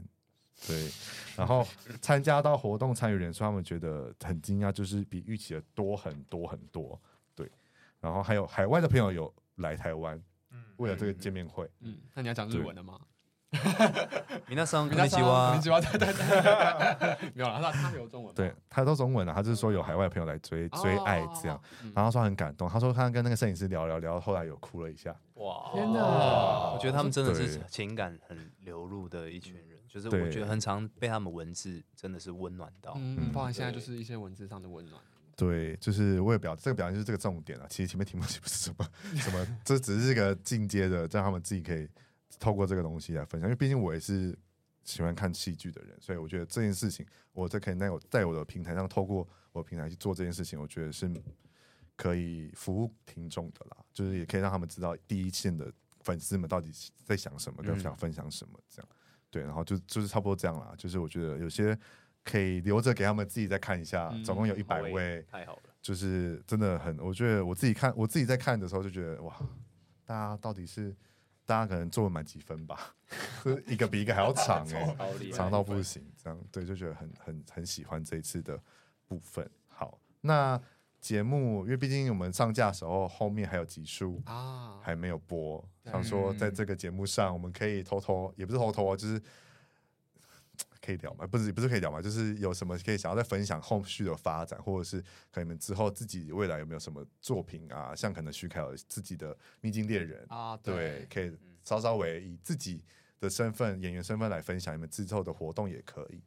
对，然后参加到活动参与人数，他们觉得很惊讶，就是比预期的多很多很多。对，然后还有海外的朋友有来台湾，为了这个见面会，嗯，那你要讲日文的吗？米娜桑，こんこんににちちは对は。对对， <laughs> 没有了，他他有中文吗，对他都中文了、他就是说有海外朋友来追哦追爱这样，，然后他说很感动，他说他跟那个摄影师聊聊聊，后来有哭了一下。哇，天哪！我觉得他们真的是对情感很流露的一群人，就是对我觉得很常被他们文字真的是温暖到。嗯，包含现在就是一些文字上的温暖，对，就是为了表这个表现就是这个重点啊。其实前面题目也不是什么什 <laughs> 么，这只是一个进阶的，让他们自己可以透过这个东西来分享。因为毕竟我也是喜欢看戏剧的人，所以我觉得这件事情，我这可以在我在我的平台上，透过我的平台去做这件事情，我觉得是可以服务听众的啦。就是也可以让他们知道第一线的粉丝们到底在想什么，跟嗯想分享什么这样。对，然后就就是差不多这样啦。就是我觉得有些。可以留着给他们自己再看一下，嗯总共有一好百欸位，太好了，就是真的很，我觉得我自己看我自己在看的时候就觉得哇，大家到底是大家可能作文满几分吧，就是一个比一个还 <laughs> 要长哎、好厉害长到不行，这样对，就觉得很很很喜欢这一次的部分。好，那节目因为毕竟我们上架的时候后面还有集数，啊，还没有播，想说在这个节目上，我们可以偷偷，也不是偷偷哦，就是可以聊嘛，不是不是可以聊嘛，就是有什么可以想要再分享后续的发展，或者是可能你们之后自己未来有没有什么作品啊，像可能徐凯尔自己的《秘境猎人》啊，对对，，可以稍稍微以自己的身份演员身份来分享你们之后的活动也可以。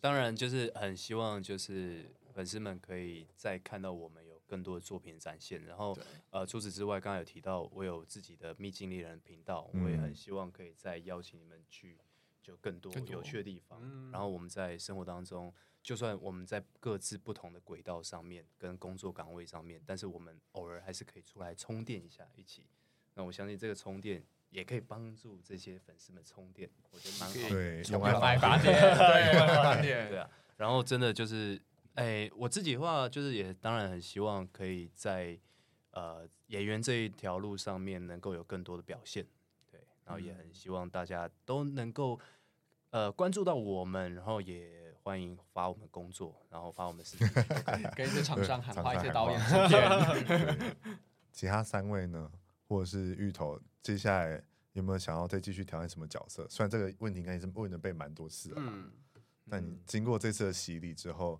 当然就是很希望就是粉丝们可以再看到我们有更多的作品展现。然后呃，除此之外，刚才有提到我有自己的秘境猎人频道，我也嗯很希望可以再邀请你们去就更多更多有趣的地方。然后我们在生活当中，就算我们在各自不同的轨道上面跟工作岗位上面，但是我们偶尔还是可以出来充电一下，一起。那我相信这个充电也可以帮助这些粉丝们充电，我觉得蛮好的。对，用有百爱发八电点，对，百八对点，啊，然后真的就是，哎、我自己的话就是也当然很希望可以在呃演员这一条路上面能够有更多的表现，对，然后也很希望大家都能够呃关注到我们，然后也欢迎发我们工作，然后发我们事情，跟一些厂商喊厂话，一商些喊导演话制片，对其他三位呢，或者是芋头，接下来有没有想要再继续挑战什么角色？虽然这个问题应该也是问的被蛮多次了，嗯，那你经过这次的洗礼之后，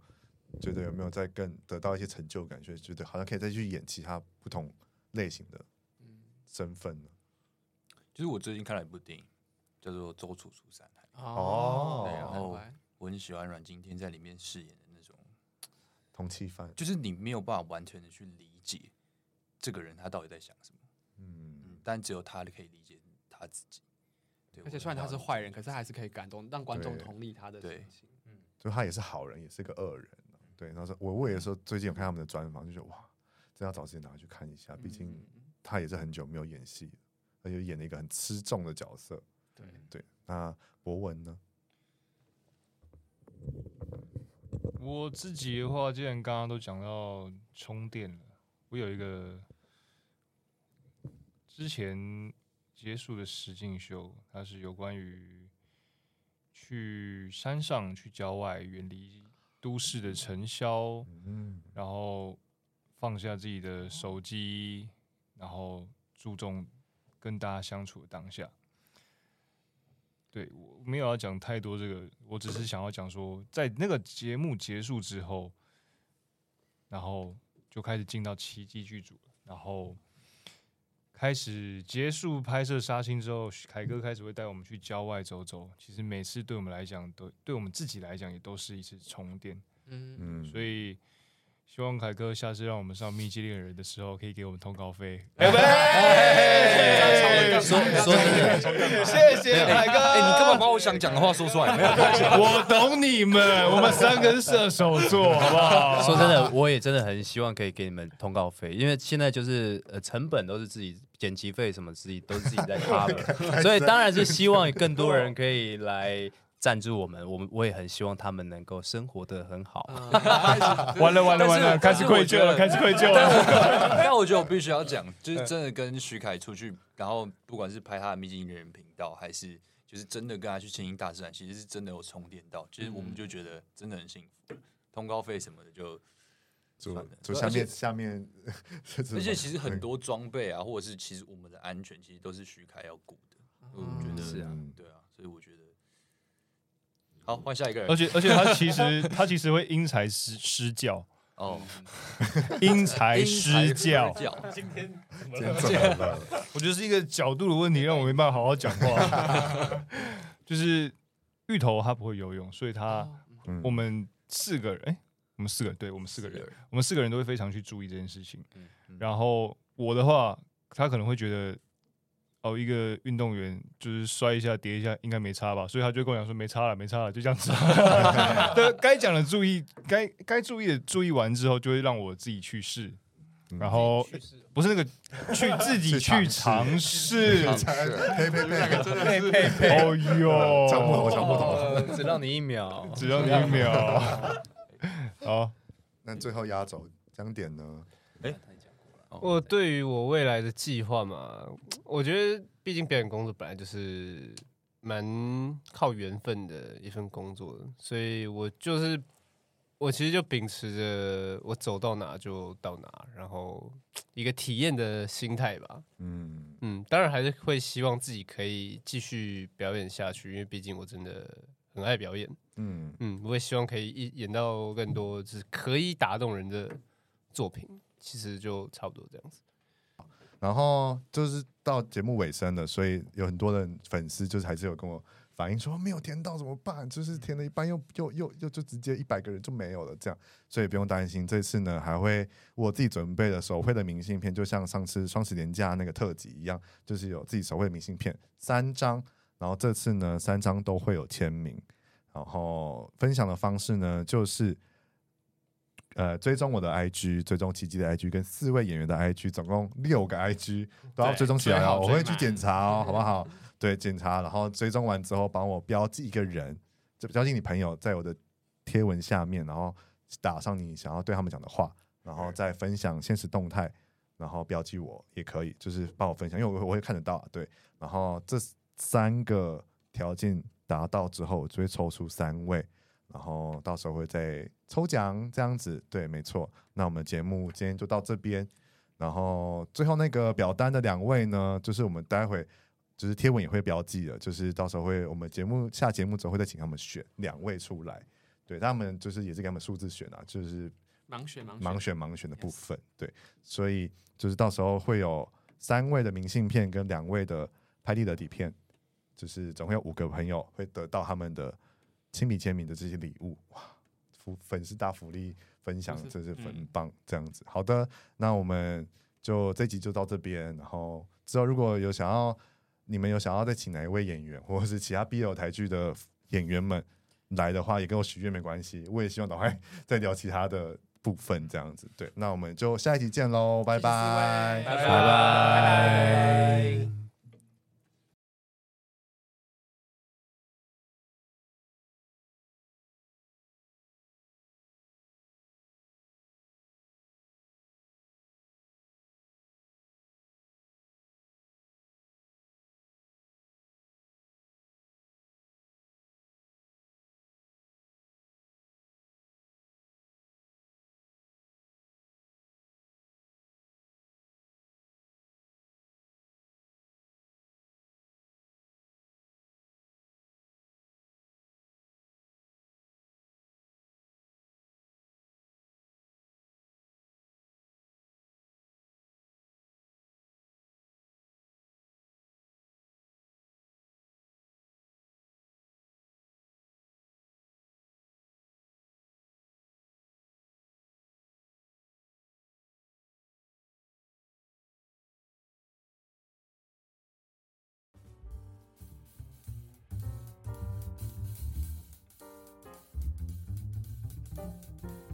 觉得有没有再更得到一些成就感？觉得觉得好像可以再去演其他不同类型的嗯身份呢？就是我最近看了一部电影，叫做《周处除三害》，哦对，然后难怪我很喜欢阮经天在里面饰演的那种，同期犯，就是你没有办法完全的去理解这个人他到底在想什么，嗯，嗯，但只有他可以理解他自己。对而且虽然他是坏人，可是他还是可以感动，让观众对同理他的对心情。就他也是好人，也是个恶人啊、对，然后说我我也说最近有看他们的专访，就觉得哇，真要找时间拿去看一下，毕竟他也是很久没有演戏了，而且演了一个很吃重的角色。对，对，那博文呢？我自己的话，既然刚刚都讲到充电了，我有一个之前结束的实境秀，它是有关于去山上、去郊外、远离都市的尘嚣，嗯，然后放下自己的手机，然后注重跟大家相处的当下。对我没有要讲太多这个，我只是想要讲说，在那个节目结束之后，然后就开始进到奇迹剧组了，然后开始结束拍摄杀青之后，凯哥开始会带我们去郊外走走。其实每次对我们来讲，都对我们自己来讲，也都是一次充电。嗯，嗯，所以希望凯哥下次让我们上《密集猎人》的时候，可以给我们通告费。哎，<laughs> 说说谢谢凯哥，哎，你干嘛把我想讲的话说出来？没有关系， <laughs> 我懂你们，我们三个是射手座，好不 <laughs> 好？说真的，我也真的很希望可以给你们通告费，因为现在就是呃成本都是自己剪辑费什么自己都是自己在 cover，所以当然是希望更多人可以来赞助我们，我们我也很希望他们能够生活的很好。啊 <laughs> 完了完了但完是了，开始愧疚了，开始愧疚了。 <laughs> 但我觉得我必须要讲，就是真的跟徐凯出去，然后不管是拍他的秘境人人频道，还是就是真的跟他去亲近大自然，其实是真的有充电到，其实我们就觉得真的很幸福。通告费什么的就，就算了就对下而且面下面，而而且其实很多装备啊，或者是其实我们的安全，其实都是徐凯要顾的。我觉嗯得是啊，对啊，所以我觉得，好换下一个而人且而且他其实 <laughs> 他其实会因材施施教，哦，因材施施教。教，今天今天怎么了？我觉得是一个角度的问题，让我没办法好好讲话。 <laughs> 就是芋头他不会游泳，所以他嗯我们四个人，哎、我们四个人，对我们四个人，我们四个人都会非常去注意这件事情。嗯嗯然后我的话，他可能会觉得，哦，一个运动员就是摔一下、跌一下，应该没差吧？所以他就跟我讲说，没差了，没差了，就这样子。对，该讲的注意，该该注意的注意完之后，就会让我自己去试。嗯然后不是那个去自己去去尝尝试，呸呸呸！佩佩佩，哦 <laughs> 哟，抢不头，抢不头。哦只让你一秒，只要你一秒。好，那最后压轴江点呢？哦我对于我未来的计划嘛，我觉得毕竟表演工作本来就是蛮靠缘分的一份工作的，所以我就是我其实就秉持着我走到哪就到哪，然后一个体验的心态吧。嗯，嗯，当然还是会希望自己可以继续表演下去，因为毕竟我真的很爱表演。嗯，嗯，我也希望可以一演到更多就是可以打动人的作品。其实就差不多这样子。然后就是到节目尾声了，所以有很多人粉丝就是还是有跟我反映说没有填到怎么办？就是填了一半又又又又就直接一百个人就没有了这样，所以不用担心。这次呢还会我自己准备的手绘的明信片，就像上次双十连假那个特辑一样，就是有自己手绘的明信片三张，然后这次呢三张都会有签名。然后分享的方式呢就是。呃，追踪我的 IG，追踪奇迹的 IG，跟四位演员的 IG，总共六个 IG 都要追踪起来最哦。好我会最去满检查哦，好不好？对，检查，然后追踪完之后，帮我标记一个人，就标记你朋友，在我的贴文下面，然后打上你想要对他们讲的话，然后再分享现实动态，然后标记我也可以，就是帮我分享，因为我我会看得到啊，对。然后这三个条件达到之后，我就会抽出三位，然后到时候会再抽奖这样子。对，没错。那我们节目今天就到这边，然后最后那个表单的两位呢，就是我们待会就是贴文也会标记的，就是到时候会我们节目下节目之后会再请他们选两位出来。对，他们就是也是给他们数字选啊，就是盲选盲盲选盲选的部分，对，所以就是到时候会有三位的明信片跟两位的拍立得底片，就是总共有五个朋友会得到他们的亲笔签名的这些礼物，哇，福粉丝大福利分享，就是嗯真是很棒，这样子。好的，那我们就这集就到这边，然后之后如果有想要你们有想要再请哪一位演员，或者是其他 BL 台剧的演员们来的话，也跟我许愿没关系，我也希望赶快 <laughs> 再聊其他的部分，这样子。对，那我们就下一集见喽，拜拜，拜拜拜。 Thank